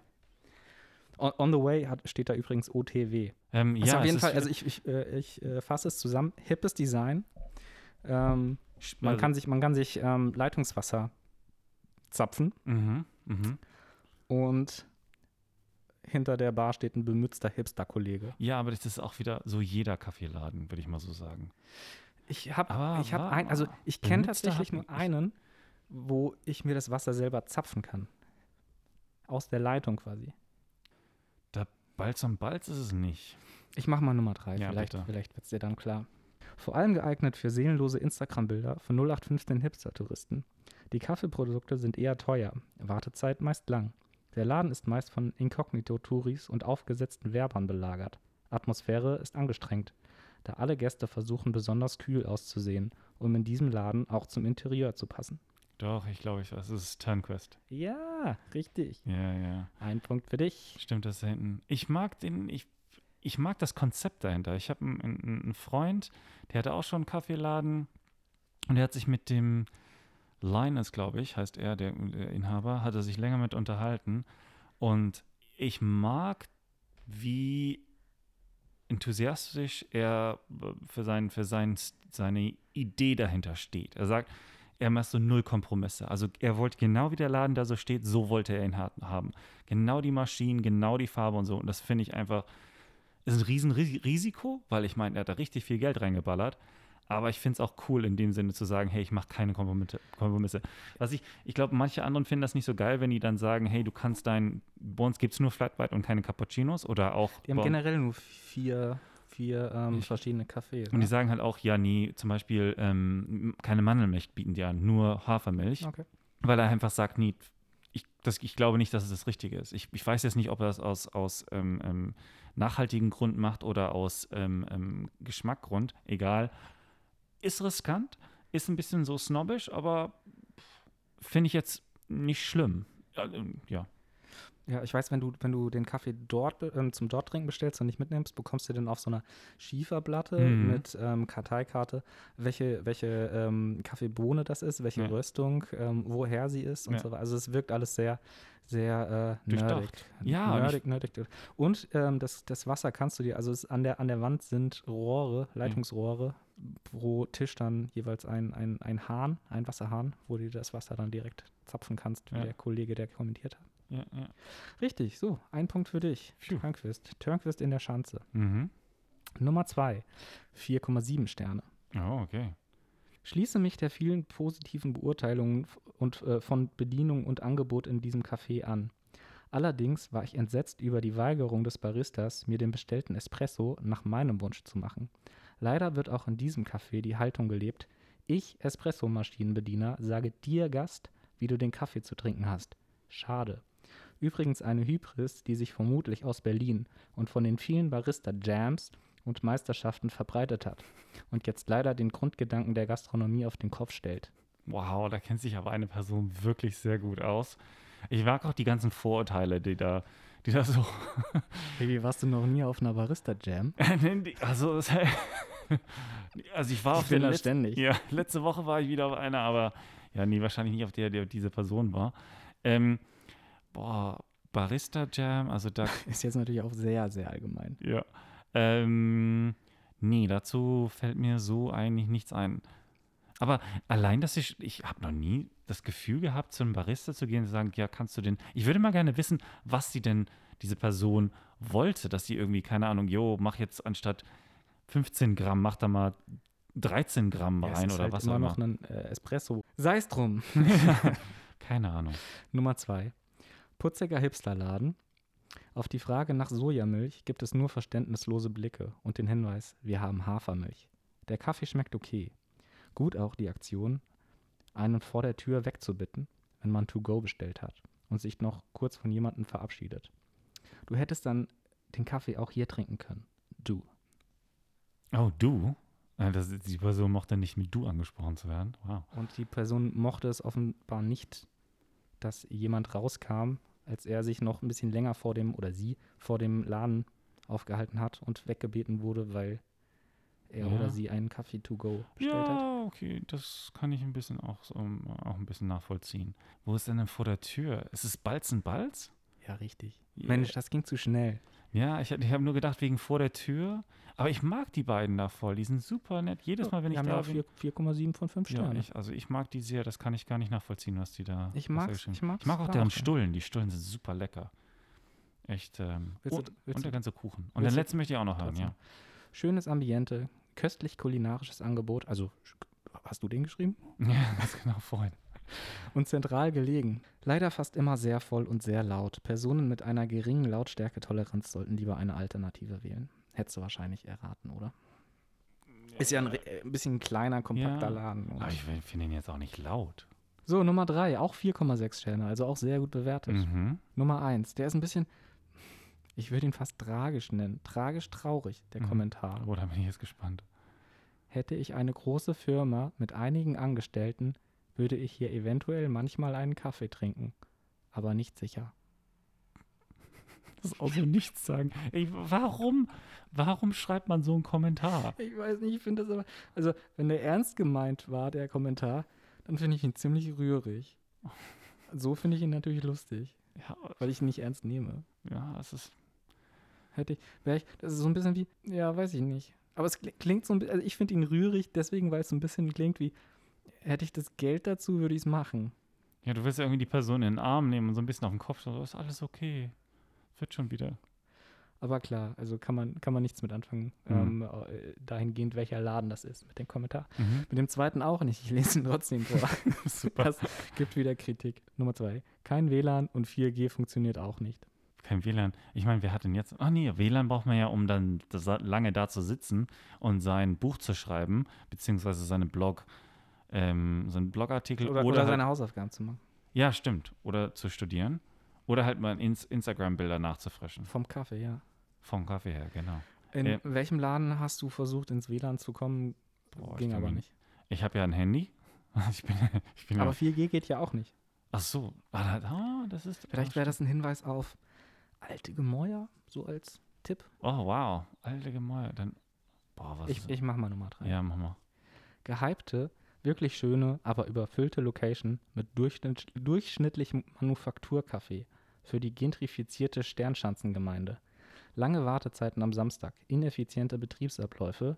Speaker 2: On, on the way hat, steht da übrigens OTW.
Speaker 1: Ähm,
Speaker 2: Also
Speaker 1: ja,
Speaker 2: auf
Speaker 1: es
Speaker 2: jeden
Speaker 1: ist
Speaker 2: Fall,
Speaker 1: viel-
Speaker 2: also ich, ich, äh, ich äh, fasse es zusammen. Hippes Design. Ähm,
Speaker 1: sch-
Speaker 2: man,
Speaker 1: also-
Speaker 2: kann sich, man kann sich ähm, Leitungswasser zapfen
Speaker 1: Mhm, mhm.
Speaker 2: und hinter der Bar steht ein bemützter Hipster-Kollege.
Speaker 1: Ja, aber das ist auch wieder so jeder Kaffeeladen, würde ich mal so sagen.
Speaker 2: Ich habe
Speaker 1: Aber
Speaker 2: ich hab
Speaker 1: war-
Speaker 2: ein, also ich kenne
Speaker 1: Bemützter
Speaker 2: tatsächlich
Speaker 1: hat man-
Speaker 2: nur einen, wo ich mir das Wasser selber zapfen kann. Aus der Leitung quasi.
Speaker 1: Da Balz am Balz ist es nicht.
Speaker 2: Ich mach mal Nummer 3,
Speaker 1: Ja,
Speaker 2: vielleicht,
Speaker 1: bitte.
Speaker 2: vielleicht wird es dir dann klar. Vor allem geeignet für seelenlose Instagram-Bilder von 0815 Hipster-Touristen. Die Kaffeeprodukte sind eher teuer, Wartezeit meist lang. Der Laden ist meist von Inkognito-Touris und aufgesetzten Werbern belagert. Atmosphäre ist angestrengt, da alle Gäste versuchen, besonders kühl auszusehen, um in diesem Laden auch zum Interieur zu passen.
Speaker 1: Doch, ich glaube, ich weiß. Es ist Turnquest.
Speaker 2: Ja, richtig.
Speaker 1: Ja, ja.
Speaker 2: Ein Punkt für dich.
Speaker 1: Stimmt das da hinten. Ich mag den, ich, ich mag das Konzept dahinter. Ich habe einen, einen einen Freund, der hatte auch schon einen Kaffeeladen und der hat sich mit dem Linus, glaube ich, heißt er, der, der Inhaber, hat er sich länger mit unterhalten. Und ich mag, wie enthusiastisch er äh, für, sein, für sein, seine Idee dahinter steht. Er sagt, er macht so null Kompromisse. Also er wollte genau wie der Laden da so steht, so wollte er ihn ha- haben. Genau die Maschinen, genau die Farbe und so. Und das finde ich einfach, ist ein riesen Ris- Risiko, weil ich meine, er hat da richtig viel Geld reingeballert. Aber ich finde es auch cool in dem Sinne zu sagen, hey, ich mache keine Kompromite- Kompromisse. Was ich, ich glaube, manche anderen finden das nicht so geil, wenn die dann sagen, hey, du kannst dein, bei uns gibt es nur Flat White und keine Cappuccinos oder auch.
Speaker 2: Die haben
Speaker 1: bei-
Speaker 2: generell nur vier, vier ähm,
Speaker 1: Ich-
Speaker 2: verschiedene Cafés.
Speaker 1: und die
Speaker 2: ne?
Speaker 1: sagen halt auch, ja, nee, zum Beispiel ähm, keine Mandelmilch bieten die an, nur Hafermilch,
Speaker 2: Okay.
Speaker 1: weil er einfach sagt, nee, ich, das, ich glaube nicht, dass es das Richtige ist. Ich, ich weiß jetzt nicht, ob er das aus, aus ähm, ähm, nachhaltigen Grund macht oder aus ähm, ähm, Geschmackgrund, egal. Ist riskant, ist ein bisschen so snobbisch, aber finde ich jetzt nicht schlimm. Ja, ähm, Ja,
Speaker 2: Ja, ich weiß, wenn du, wenn du den Kaffee dort be- ähm, zum dort trinken bestellst und nicht mitnimmst, bekommst du den auf so einer Schieferplatte
Speaker 1: Mhm.
Speaker 2: mit ähm, Karteikarte, welche, welche ähm, Kaffeebohne das ist, welche
Speaker 1: Ja.
Speaker 2: Röstung, ähm, woher sie ist und
Speaker 1: Ja.
Speaker 2: so weiter. Also es wirkt alles sehr, sehr äh, nerdig.
Speaker 1: Durchdacht. Ja, und ich-
Speaker 2: nerdig, nerdig. nerdig. Und ähm, das, das Wasser kannst du dir, also es, an, der, an der Wand sind Rohre, Leitungsrohre, pro Tisch dann jeweils ein, ein, ein Hahn, ein Wasserhahn, wo du das Wasser dann direkt zapfen kannst, wie
Speaker 1: Ja.
Speaker 2: der Kollege, der kommentiert hat.
Speaker 1: ja, ja.
Speaker 2: Richtig, so, ein Punkt für dich.
Speaker 1: Phew.
Speaker 2: Turnquist. Turnquist in der Schanze.
Speaker 1: Mhm.
Speaker 2: Nummer zwei, 4,7 Sterne.
Speaker 1: Oh, okay.
Speaker 2: Schließe mich der vielen positiven Beurteilungen f- und äh, von Bedienung und Angebot in diesem Café an. Allerdings war ich entsetzt über die Weigerung des Baristas, mir den bestellten Espresso nach meinem Wunsch zu machen. Leider wird auch in diesem Café die Haltung gelebt, ich, Espresso-Maschinenbediener, sage dir, Gast, wie du den Kaffee zu trinken hast. Schade. Übrigens eine Hybris, die sich vermutlich aus Berlin und von den vielen Barista-Jams und Meisterschaften verbreitet hat und jetzt leider den Grundgedanken der Gastronomie auf den Kopf stellt.
Speaker 1: Wow, da kennt sich aber eine Person wirklich sehr gut aus. Ich mag auch die ganzen Vorurteile, die da, die da so.
Speaker 2: Baby, warst du noch nie auf einer Barista-Jam?
Speaker 1: Also, es- also ich war
Speaker 2: Ich
Speaker 1: auf der
Speaker 2: bin da
Speaker 1: letzten-
Speaker 2: ständig.
Speaker 1: Ja, letzte Woche war ich wieder auf einer, aber ja, nee, wahrscheinlich nicht auf der, der diese Person war. Ähm, boah, Barista Jam, also da,
Speaker 2: Ist jetzt natürlich auch sehr, sehr allgemein.
Speaker 1: ja. Ähm, nee, dazu fällt mir so eigentlich nichts ein. Aber allein, dass ich, ich habe noch nie das Gefühl gehabt, zu einem Barista zu gehen und zu sagen, ja, kannst du den, ich würde mal gerne wissen, was sie denn, diese Person wollte, dass sie irgendwie, keine Ahnung, jo, mach jetzt anstatt 15 Gramm, mach da mal 13 Gramm
Speaker 2: Ja, es
Speaker 1: rein
Speaker 2: ist
Speaker 1: oder
Speaker 2: halt
Speaker 1: was
Speaker 2: immer
Speaker 1: auch immer.
Speaker 2: noch ne ein äh, Espresso. Sei es drum.
Speaker 1: Keine Ahnung.
Speaker 2: Nummer zwei. Putziger Hipsterladen. Auf die Frage nach Sojamilch gibt es nur verständnislose Blicke und den Hinweis, wir haben Hafermilch. Der Kaffee schmeckt okay. Gut auch die Aktion, einen vor der Tür wegzubitten, wenn man To-Go bestellt hat und sich noch kurz von jemandem verabschiedet. Du hättest dann den Kaffee auch hier trinken können. Du.
Speaker 1: Oh, du? Äh, Das, die Person mochte nicht mit du angesprochen zu werden. Wow.
Speaker 2: Und die Person mochte es offenbar nicht, dass jemand rauskam, als er sich noch ein bisschen länger vor dem oder sie vor dem Laden aufgehalten hat und weggebeten wurde, weil er
Speaker 1: Ja.
Speaker 2: oder sie einen Kaffee to go bestellt hat.
Speaker 1: ja, okay, das kann ich ein bisschen auch, so, ähm, auch ein bisschen nachvollziehen. Wo ist denn denn vor der Tür? Ist es Balzen-Balz?
Speaker 2: Ja, richtig.
Speaker 1: Ja.
Speaker 2: Mensch, das ging zu schnell.
Speaker 1: Ja, ich, hab- ich habe nur gedacht, wegen vor der Tür. Aber ich mag die beiden da voll. Die sind super nett. Jedes Mal, wenn
Speaker 2: Wir
Speaker 1: ich
Speaker 2: haben
Speaker 1: da
Speaker 2: ja auch
Speaker 1: bin.
Speaker 2: vier- 4,7 von 5
Speaker 1: Ja,
Speaker 2: Sternen.
Speaker 1: ich, also ich mag die sehr, das kann ich gar nicht nachvollziehen, was die da
Speaker 2: Ich
Speaker 1: was da
Speaker 2: mag's-
Speaker 1: geschrieben-
Speaker 2: ich mag's
Speaker 1: ich mag auch
Speaker 2: da
Speaker 1: deren
Speaker 2: auch, ja.
Speaker 1: Stullen, die Stullen sind super lecker. Echt, ähm,
Speaker 2: Willst du-
Speaker 1: und,
Speaker 2: willst
Speaker 1: und der
Speaker 2: du-
Speaker 1: ganze Kuchen. Und
Speaker 2: willst
Speaker 1: den
Speaker 2: du-
Speaker 1: letzten möchte ich auch noch hören,
Speaker 2: Trotzdem.
Speaker 1: ja.
Speaker 2: Schönes Ambiente, köstlich kulinarisches Angebot, also sch- hast du den geschrieben?
Speaker 1: Ja, das genau vorhin.
Speaker 2: und zentral gelegen. Leider fast immer sehr voll und sehr laut. Personen mit einer geringen Lautstärke-Toleranz sollten lieber eine Alternative wählen. Hättest du wahrscheinlich erraten, oder? Ist ja ein, re- äh, ein bisschen kleiner, kompakter
Speaker 1: Ja.
Speaker 2: Laden. und-
Speaker 1: Aber Ah, ich finde ihn jetzt auch nicht laut.
Speaker 2: So, Nummer 3, auch 4,6 Sterne, also auch sehr gut bewertet.
Speaker 1: Mhm.
Speaker 2: Nummer 1, der ist ein bisschen, ich würde ihn fast tragisch nennen. Tragisch traurig, der
Speaker 1: Mhm.
Speaker 2: Kommentar.
Speaker 1: Oh, da bin ich jetzt gespannt.
Speaker 2: Hätte ich eine große Firma mit einigen Angestellten, würde ich hier eventuell manchmal einen Kaffee trinken. Aber nicht sicher.
Speaker 1: Das ist auch so nichts sagen. Ey, warum, warum schreibt man so einen Kommentar?
Speaker 2: Ich weiß nicht, ich finde das aber. Also, wenn der ernst gemeint war, der Kommentar, dann finde ich ihn ziemlich rührig. So finde ich ihn natürlich lustig,
Speaker 1: Ja,
Speaker 2: weil ich ihn nicht ernst nehme.
Speaker 1: ja es ist.
Speaker 2: Hätte ich, wäre ich, das ist so ein bisschen wie, ja, weiß ich nicht. Aber es kli- klingt so ein bisschen, also ich finde ihn rührig deswegen, weil es so ein bisschen klingt wie, hätte ich das Geld dazu, würde ich es machen.
Speaker 1: Ja, du willst ja irgendwie die Person in den Arm nehmen und so ein bisschen auf den Kopf. So, ist alles okay. Wird schon wieder.
Speaker 2: Aber klar, also kann man, kann man nichts mit anfangen,
Speaker 1: Mhm.
Speaker 2: ähm, äh, dahingehend, welcher Laden das ist, mit dem Kommentar.
Speaker 1: Mhm.
Speaker 2: Mit dem zweiten auch nicht, ich lese ihn trotzdem vor.
Speaker 1: Super.
Speaker 2: Das gibt wieder Kritik. Nummer zwei. Kein WLAN und 4G funktioniert auch nicht.
Speaker 1: Kein WLAN. Ich meine, wer hat denn jetzt? Ach nee, WLAN braucht man ja, um dann das- lange da zu sitzen und sein Buch zu schreiben, beziehungsweise seinen Blog, ähm, seinen Blogartikel
Speaker 2: Oder,
Speaker 1: oder,
Speaker 2: oder,
Speaker 1: halt,
Speaker 2: seine Hausaufgaben zu machen.
Speaker 1: ja, stimmt, oder zu studieren oder halt mal ins Instagram-Bilder nachzufrischen.
Speaker 2: Vom Kaffee, ja.
Speaker 1: Vom Kaffee her, genau.
Speaker 2: In
Speaker 1: Äh.
Speaker 2: welchem Laden hast du versucht, ins WLAN zu kommen?
Speaker 1: Boah, ich
Speaker 2: Ging
Speaker 1: kann
Speaker 2: aber
Speaker 1: mir-
Speaker 2: nicht.
Speaker 1: Ich habe ja ein Handy. Ich bin, ich bin
Speaker 2: Aber
Speaker 1: ja,
Speaker 2: 4G geht ja auch nicht.
Speaker 1: ach so, ah, da- ah, das ist
Speaker 2: Vielleicht wäre das ein Hinweis auf alte Gemäuer, so als Tipp.
Speaker 1: Oh wow, alte Gemäuer. Dann boah, was?
Speaker 2: Ich,
Speaker 1: ist-
Speaker 2: ich mach mal Nummer drei.
Speaker 1: ja, mach mal.
Speaker 2: Gehypte, wirklich schöne, aber überfüllte Location mit durchschnitt, durchschnittlichem Manufakturkaffee für die gentrifizierte Sternschanzengemeinde. Lange Wartezeiten am Samstag, ineffiziente Betriebsabläufe,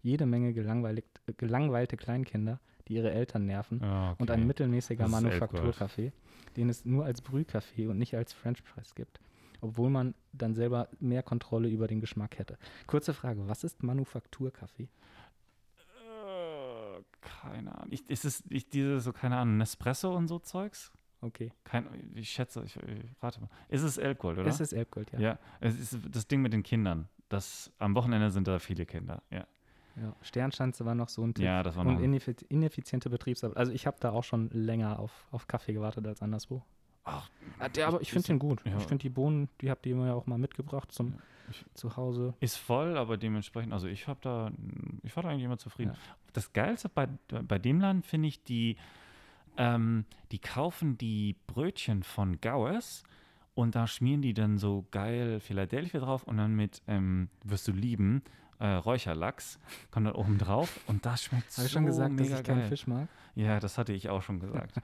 Speaker 2: jede Menge gelangweilig- gelangweilte Kleinkinder, die ihre Eltern nerven
Speaker 1: Ah, Okay.
Speaker 2: und ein mittelmäßiger
Speaker 1: Das ist Elb-Gold.
Speaker 2: Manufakturkaffee, den es nur als Brühkaffee und nicht als French Fries gibt, obwohl man dann selber mehr Kontrolle über den Geschmack hätte. Kurze Frage, was ist Manufakturkaffee?
Speaker 1: Äh, keine Ahnung. Ich, ist es ich, diese, so, keine Ahnung, Nespresso und so Zeugs?
Speaker 2: Okay,
Speaker 1: Kein, ich schätze, ich, ich rate mal. Ist es Elbgold, oder?
Speaker 2: es ist Elbgold, ja.
Speaker 1: ja. es ist das Ding mit den Kindern. Das, am Wochenende sind da viele Kinder. Ja,
Speaker 2: Ja, Sternschanze war noch so ein Tipp.
Speaker 1: ja das war noch.
Speaker 2: und ineffi- ineffiziente Betriebsarbeit. Also ich habe da auch schon länger auf, auf Kaffee gewartet als anderswo.
Speaker 1: ach,
Speaker 2: Ja, aber ich finde den gut.
Speaker 1: ja.
Speaker 2: Ich finde die Bohnen, die habt ihr mir ja auch mal mitgebracht zum
Speaker 1: Ja, ich-
Speaker 2: Zuhause.
Speaker 1: ist voll, aber dementsprechend, also ich habe da, ich war da eigentlich immer zufrieden. Das Geilste bei, bei dem Laden finde ich die ähm, die kaufen die Brötchen von Gowers und da schmieren die dann so geil Philadelphia drauf und dann mit, ähm, wirst du lieben, äh, Räucherlachs kommt dann oben drauf und das schmeckt so
Speaker 2: Habe ich schon gesagt, dass
Speaker 1: mega
Speaker 2: ich keinen
Speaker 1: geil.
Speaker 2: Fisch mag?
Speaker 1: Ja, das hatte ich auch schon gesagt.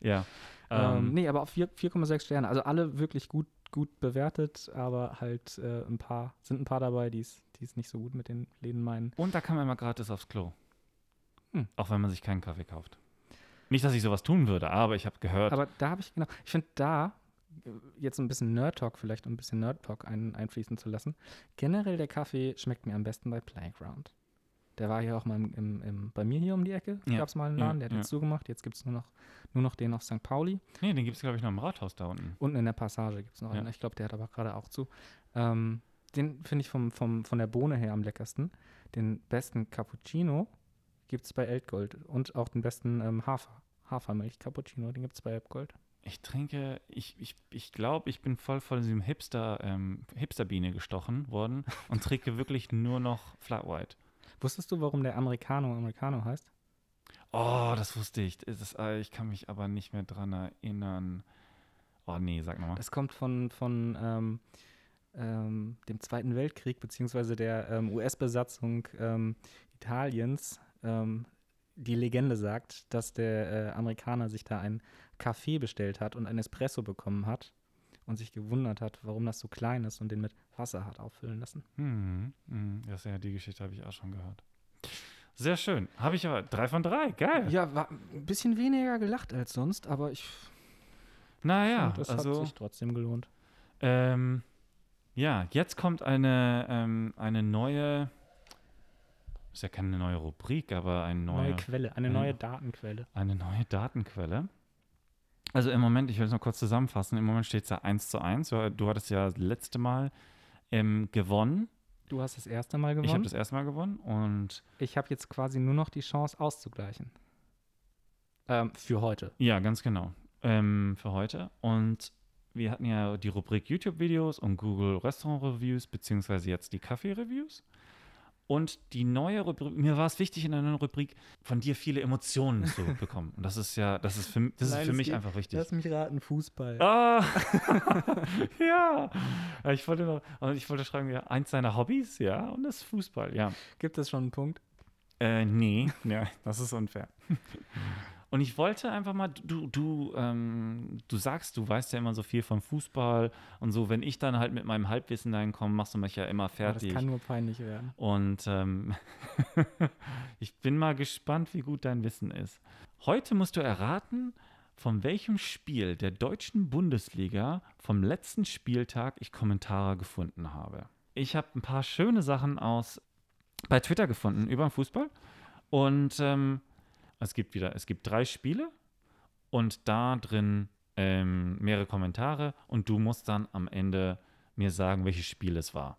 Speaker 1: ja.
Speaker 2: Ähm,
Speaker 1: Ähm,
Speaker 2: nee, aber auf vier- 4,6 Sterne. Also alle wirklich gut, gut bewertet, aber halt äh, ein paar, sind ein paar dabei, die es die es nicht so gut mit den Läden meinen.
Speaker 1: Und da kann man immer gratis aufs Klo.
Speaker 2: Hm.
Speaker 1: Auch wenn man sich keinen Kaffee kauft. Nicht, dass ich sowas tun würde, aber ich habe gehört.
Speaker 2: Aber da habe ich, genau, ich finde da, äh, jetzt ein bisschen Nerd-Talk vielleicht, um ein bisschen Nerd-Talk ein, einfließen zu lassen, generell der Kaffee schmeckt mir am besten bei Playground. Der war hier auch mal im, im, im, bei mir hier um die Ecke,
Speaker 1: Ja,
Speaker 2: gab es mal einen
Speaker 1: ja,
Speaker 2: Laden, der hat
Speaker 1: ja.
Speaker 2: jetzt zugemacht, jetzt gibt es nur noch, nur noch den auf St. Pauli.
Speaker 1: nee, den gibt es, glaube ich, noch im Rathaus da unten.
Speaker 2: Unten in der Passage gibt es noch
Speaker 1: Ja.
Speaker 2: einen. Ich glaube, der hat aber gerade auch zu. Ähm, den finde ich vom, vom, von der Bohne her am leckersten. Den besten Cappuccino gibt es bei Eltgold und auch den besten ähm, Hafer. Hafermilch-Cappuccino, den gibt es bei Eltgold.
Speaker 1: Ich trinke, ich, ich, ich glaube, ich bin voll von diesem Hipster, ähm, Hipsterbiene gestochen worden und trinke wirklich nur noch Flat White.
Speaker 2: Wusstest du, warum der Americano Americano heißt?
Speaker 1: Oh, das wusste ich. Das ist, äh, ich kann mich aber nicht mehr dran erinnern. Oh, nee, sag nochmal.
Speaker 2: Das kommt von, von ähm, ähm, dem Zweiten Weltkrieg, beziehungsweise der ähm, US-Besatzung ähm, Italiens. Ähm, die Legende sagt, dass der äh, Amerikaner sich da einen Kaffee bestellt hat und einen Espresso bekommen hat und sich gewundert hat, warum das so klein ist und den mit Wasser hat auffüllen lassen.
Speaker 1: Hm, hm, das, ja, die Geschichte habe ich auch schon gehört. Sehr schön. Habe ich aber drei von drei. Geil.
Speaker 2: Ja, war ein bisschen weniger gelacht als sonst, aber ich
Speaker 1: Naja,
Speaker 2: das
Speaker 1: also.
Speaker 2: hat sich trotzdem gelohnt.
Speaker 1: Ähm, ja, jetzt kommt eine, ähm, eine neue, ist ja keine neue Rubrik, aber eine
Speaker 2: Neue,
Speaker 1: neue,
Speaker 2: Quelle, eine
Speaker 1: Ja.
Speaker 2: neue Datenquelle.
Speaker 1: eine neue Datenquelle. Also im Moment, ich will es noch kurz zusammenfassen, im Moment steht es ja 1 zu 1. Du, du hattest ja das letzte Mal ähm, gewonnen.
Speaker 2: Du hast das erste Mal
Speaker 1: Ich habe
Speaker 2: gewonnen.
Speaker 1: das erste Mal gewonnen und
Speaker 2: Ich habe jetzt quasi nur noch die Chance auszugleichen. Ähm, für heute.
Speaker 1: ja, ganz genau, ähm, für heute. Und wir hatten ja die Rubrik YouTube-Videos und Google Restaurant-Reviews, beziehungsweise jetzt die Kaffee-Reviews. Und die neue Rubrik, mir war es wichtig, in der neuen Rubrik von dir viele Emotionen zu bekommen. Und das ist ja, das ist für, das
Speaker 2: Nein,
Speaker 1: ist für
Speaker 2: es
Speaker 1: mich
Speaker 2: geht-
Speaker 1: einfach wichtig.
Speaker 2: Lass mich raten, Fußball.
Speaker 1: Ah, ja. Ich wollte noch, und ich wollte schreiben, ja, eins seiner Hobbys, ja, und das ist Fußball, ja.
Speaker 2: Gibt es schon einen Punkt?
Speaker 1: Äh, nee, ja, das ist unfair. Und ich wollte einfach mal, du, du, ähm, du sagst, du weißt ja immer so viel vom Fußball und so, wenn ich dann halt mit meinem Halbwissen dahin komme, machst du mich ja immer
Speaker 2: Ja, das
Speaker 1: fertig.
Speaker 2: kann nur peinlich werden.
Speaker 1: Und ähm, ich bin mal gespannt, wie gut dein Wissen ist. Heute musst du erraten, von welchem Spiel der deutschen Bundesliga vom letzten Spieltag ich Kommentare gefunden habe. Ich habe ein paar schöne Sachen aus bei Twitter gefunden über den Fußball. Und ähm, es gibt wieder, es gibt drei Spiele und da drin ähm, mehrere Kommentare und du musst dann am Ende mir sagen, welches Spiel es war.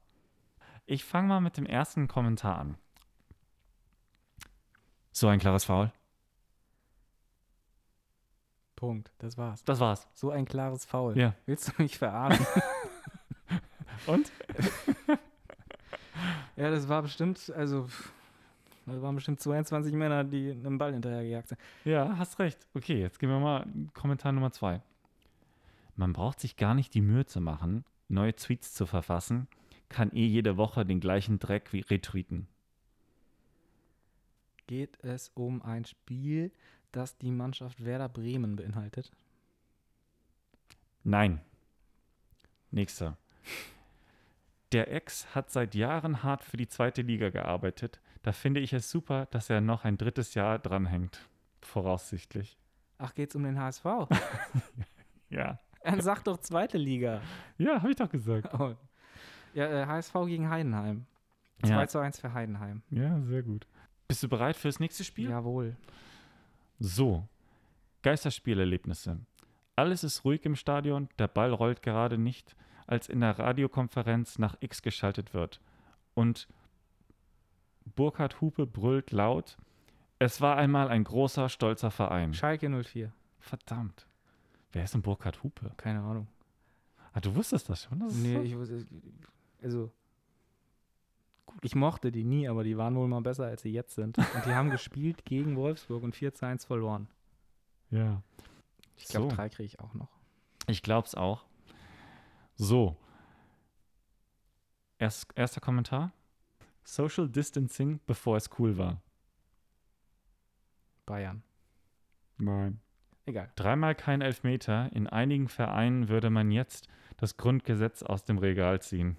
Speaker 1: Ich fange mal mit dem ersten Kommentar an. So ein klares Foul.
Speaker 2: Punkt. Das war's.
Speaker 1: Das war's.
Speaker 2: So ein klares Foul.
Speaker 1: Ja.
Speaker 2: Willst du mich verarschen?
Speaker 1: Und?
Speaker 2: ja, das war bestimmt, also, pff, das waren bestimmt 22 Männer, die einem Ball hinterhergejagt sind.
Speaker 1: Ja, hast recht. Okay, jetzt gehen wir mal Kommentar Nummer zwei. Man braucht sich gar nicht die Mühe zu machen, neue Tweets zu verfassen, kann eh jede Woche den gleichen Dreck wie retweeten.
Speaker 2: Geht es um ein Spiel, das die Mannschaft Werder Bremen beinhaltet?
Speaker 1: Nein. Nächster. Der Ex hat seit Jahren hart für die zweite Liga gearbeitet. Da finde ich es super, dass er noch ein drittes Jahr dranhängt. Voraussichtlich.
Speaker 2: Ach, geht's um den HSV?
Speaker 1: Ja.
Speaker 2: Dann sag doch zweite Liga.
Speaker 1: Ja, habe ich doch gesagt.
Speaker 2: Oh. Ja, äh, HSV gegen Heidenheim. 2
Speaker 1: Ja.
Speaker 2: zu 1 für Heidenheim.
Speaker 1: ja, sehr gut. Bist du bereit fürs nächste Spiel?
Speaker 2: Jawohl.
Speaker 1: So. Geisterspielerlebnisse. Alles ist ruhig im Stadion, der Ball rollt gerade nicht, als in der Radiokonferenz nach X geschaltet wird. Und Burkhard Hupe brüllt laut: Es war einmal ein großer, stolzer Verein.
Speaker 2: Schalke 04.
Speaker 1: Verdammt. Wer ist denn Burkhard Hupe?
Speaker 2: Keine Ahnung.
Speaker 1: Ah, du wusstest das schon? Das ist
Speaker 2: Nee,
Speaker 1: so-
Speaker 2: ich wusste. Also. Gut. Ich mochte die nie, aber die waren wohl mal besser, als sie jetzt sind. Und die haben gespielt gegen Wolfsburg und 4 zu 1 verloren.
Speaker 1: Ja.
Speaker 2: Ich glaube,
Speaker 1: so.
Speaker 2: drei kriege ich auch noch.
Speaker 1: Ich glaub's auch. So. Erst, erster Kommentar. Social Distancing, bevor es cool war.
Speaker 2: Bayern.
Speaker 1: Nein.
Speaker 2: Egal.
Speaker 1: Dreimal kein Elfmeter. In einigen Vereinen würde man jetzt das Grundgesetz aus dem Regal ziehen.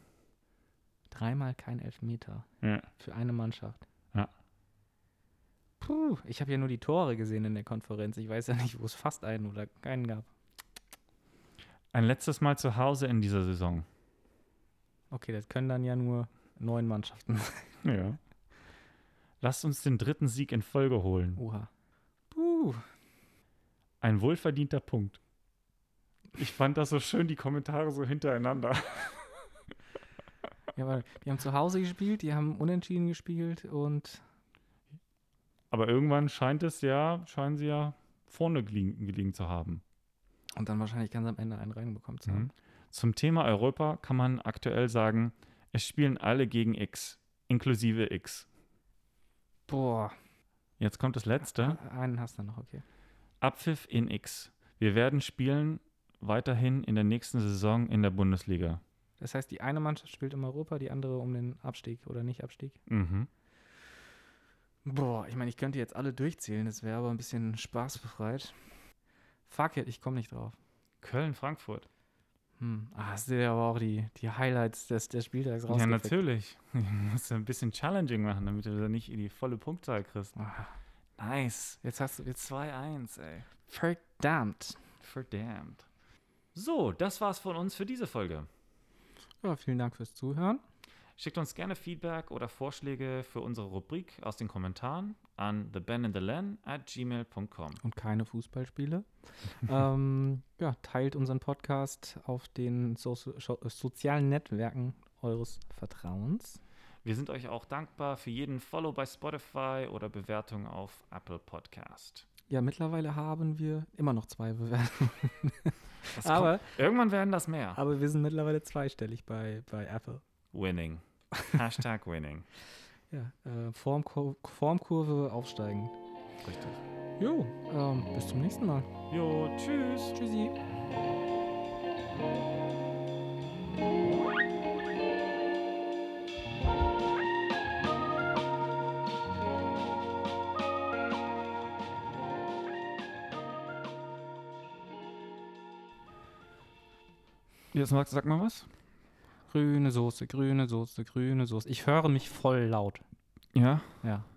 Speaker 2: Dreimal kein Elfmeter
Speaker 1: Ja.
Speaker 2: für eine Mannschaft.
Speaker 1: Ja.
Speaker 2: Puh, ich habe ja nur die Tore gesehen in der Konferenz. Ich weiß ja nicht, wo es fast einen oder keinen gab.
Speaker 1: Ein letztes Mal zu Hause in dieser Saison.
Speaker 2: Okay, das können dann ja nur neun Mannschaften sein.
Speaker 1: Ja. Lasst uns den dritten Sieg in Folge holen.
Speaker 2: Oha. Puh.
Speaker 1: Ein wohlverdienter Punkt. Ich fand das so schön, die Kommentare so hintereinander.
Speaker 2: Ja, aber die haben zu Hause gespielt, die haben unentschieden gespielt und
Speaker 1: Aber irgendwann scheint es ja, scheinen sie ja vorne gelegen, gelegen zu haben.
Speaker 2: Und dann wahrscheinlich ganz am Ende einen reinbekommen zu haben.
Speaker 1: Mhm. Zum Thema Europa kann man aktuell sagen, es spielen alle gegen X, inklusive X.
Speaker 2: Boah.
Speaker 1: Jetzt kommt das letzte.
Speaker 2: Einen hast du noch, okay.
Speaker 1: Abpfiff in X. Wir werden spielen weiterhin in der nächsten Saison in der Bundesliga.
Speaker 2: Das heißt, die eine Mannschaft spielt um Europa, die andere um den Abstieg oder Nicht-Abstieg.
Speaker 1: Mhm.
Speaker 2: Boah, ich meine, ich könnte jetzt alle durchzählen, das wäre aber ein bisschen spaßbefreit. Fuck it, ich komme nicht drauf.
Speaker 1: Köln, Frankfurt.
Speaker 2: Hm. Ah, hast du dir aber auch die, die Highlights des, des Spieltags
Speaker 1: Ja,
Speaker 2: rausgefickt.
Speaker 1: natürlich. Du musst ein bisschen challenging machen, damit du da nicht die volle Punktzahl kriegst.
Speaker 2: Ah,
Speaker 1: Nice.
Speaker 2: Jetzt hast du jetzt
Speaker 1: 2-1, ey.
Speaker 2: verdammt.
Speaker 1: Verdammt. So, das war's von uns für diese Folge.
Speaker 2: Ja, vielen Dank fürs Zuhören.
Speaker 1: Schickt uns gerne Feedback oder Vorschläge für unsere Rubrik aus den Kommentaren an thebenandthelen at gmail.com.
Speaker 2: und keine Fußballspiele. ähm, ja, teilt unseren Podcast auf den so so sozialen Netzwerken eures Vertrauens.
Speaker 1: Wir sind euch auch dankbar für jeden Follow bei Spotify oder Bewertung auf Apple Podcast.
Speaker 2: Ja, mittlerweile haben wir immer noch zwei Bewertungen.
Speaker 1: Das
Speaker 2: Aber,
Speaker 1: kommt, irgendwann werden das mehr.
Speaker 2: aber wir sind mittlerweile zweistellig bei, bei Apple.
Speaker 1: Winning. Hashtag winning.
Speaker 2: Ja, äh, Formkur Formkurve aufsteigen.
Speaker 1: Richtig.
Speaker 2: Jo, ähm, bis zum nächsten Mal.
Speaker 1: Jo, tschüss.
Speaker 2: Tschüssi.
Speaker 1: Jetzt Max, sag mal was.
Speaker 2: Grüne Soße, grüne Soße, grüne Soße. Ich höre mich voll laut.
Speaker 1: Ja.
Speaker 2: Ja.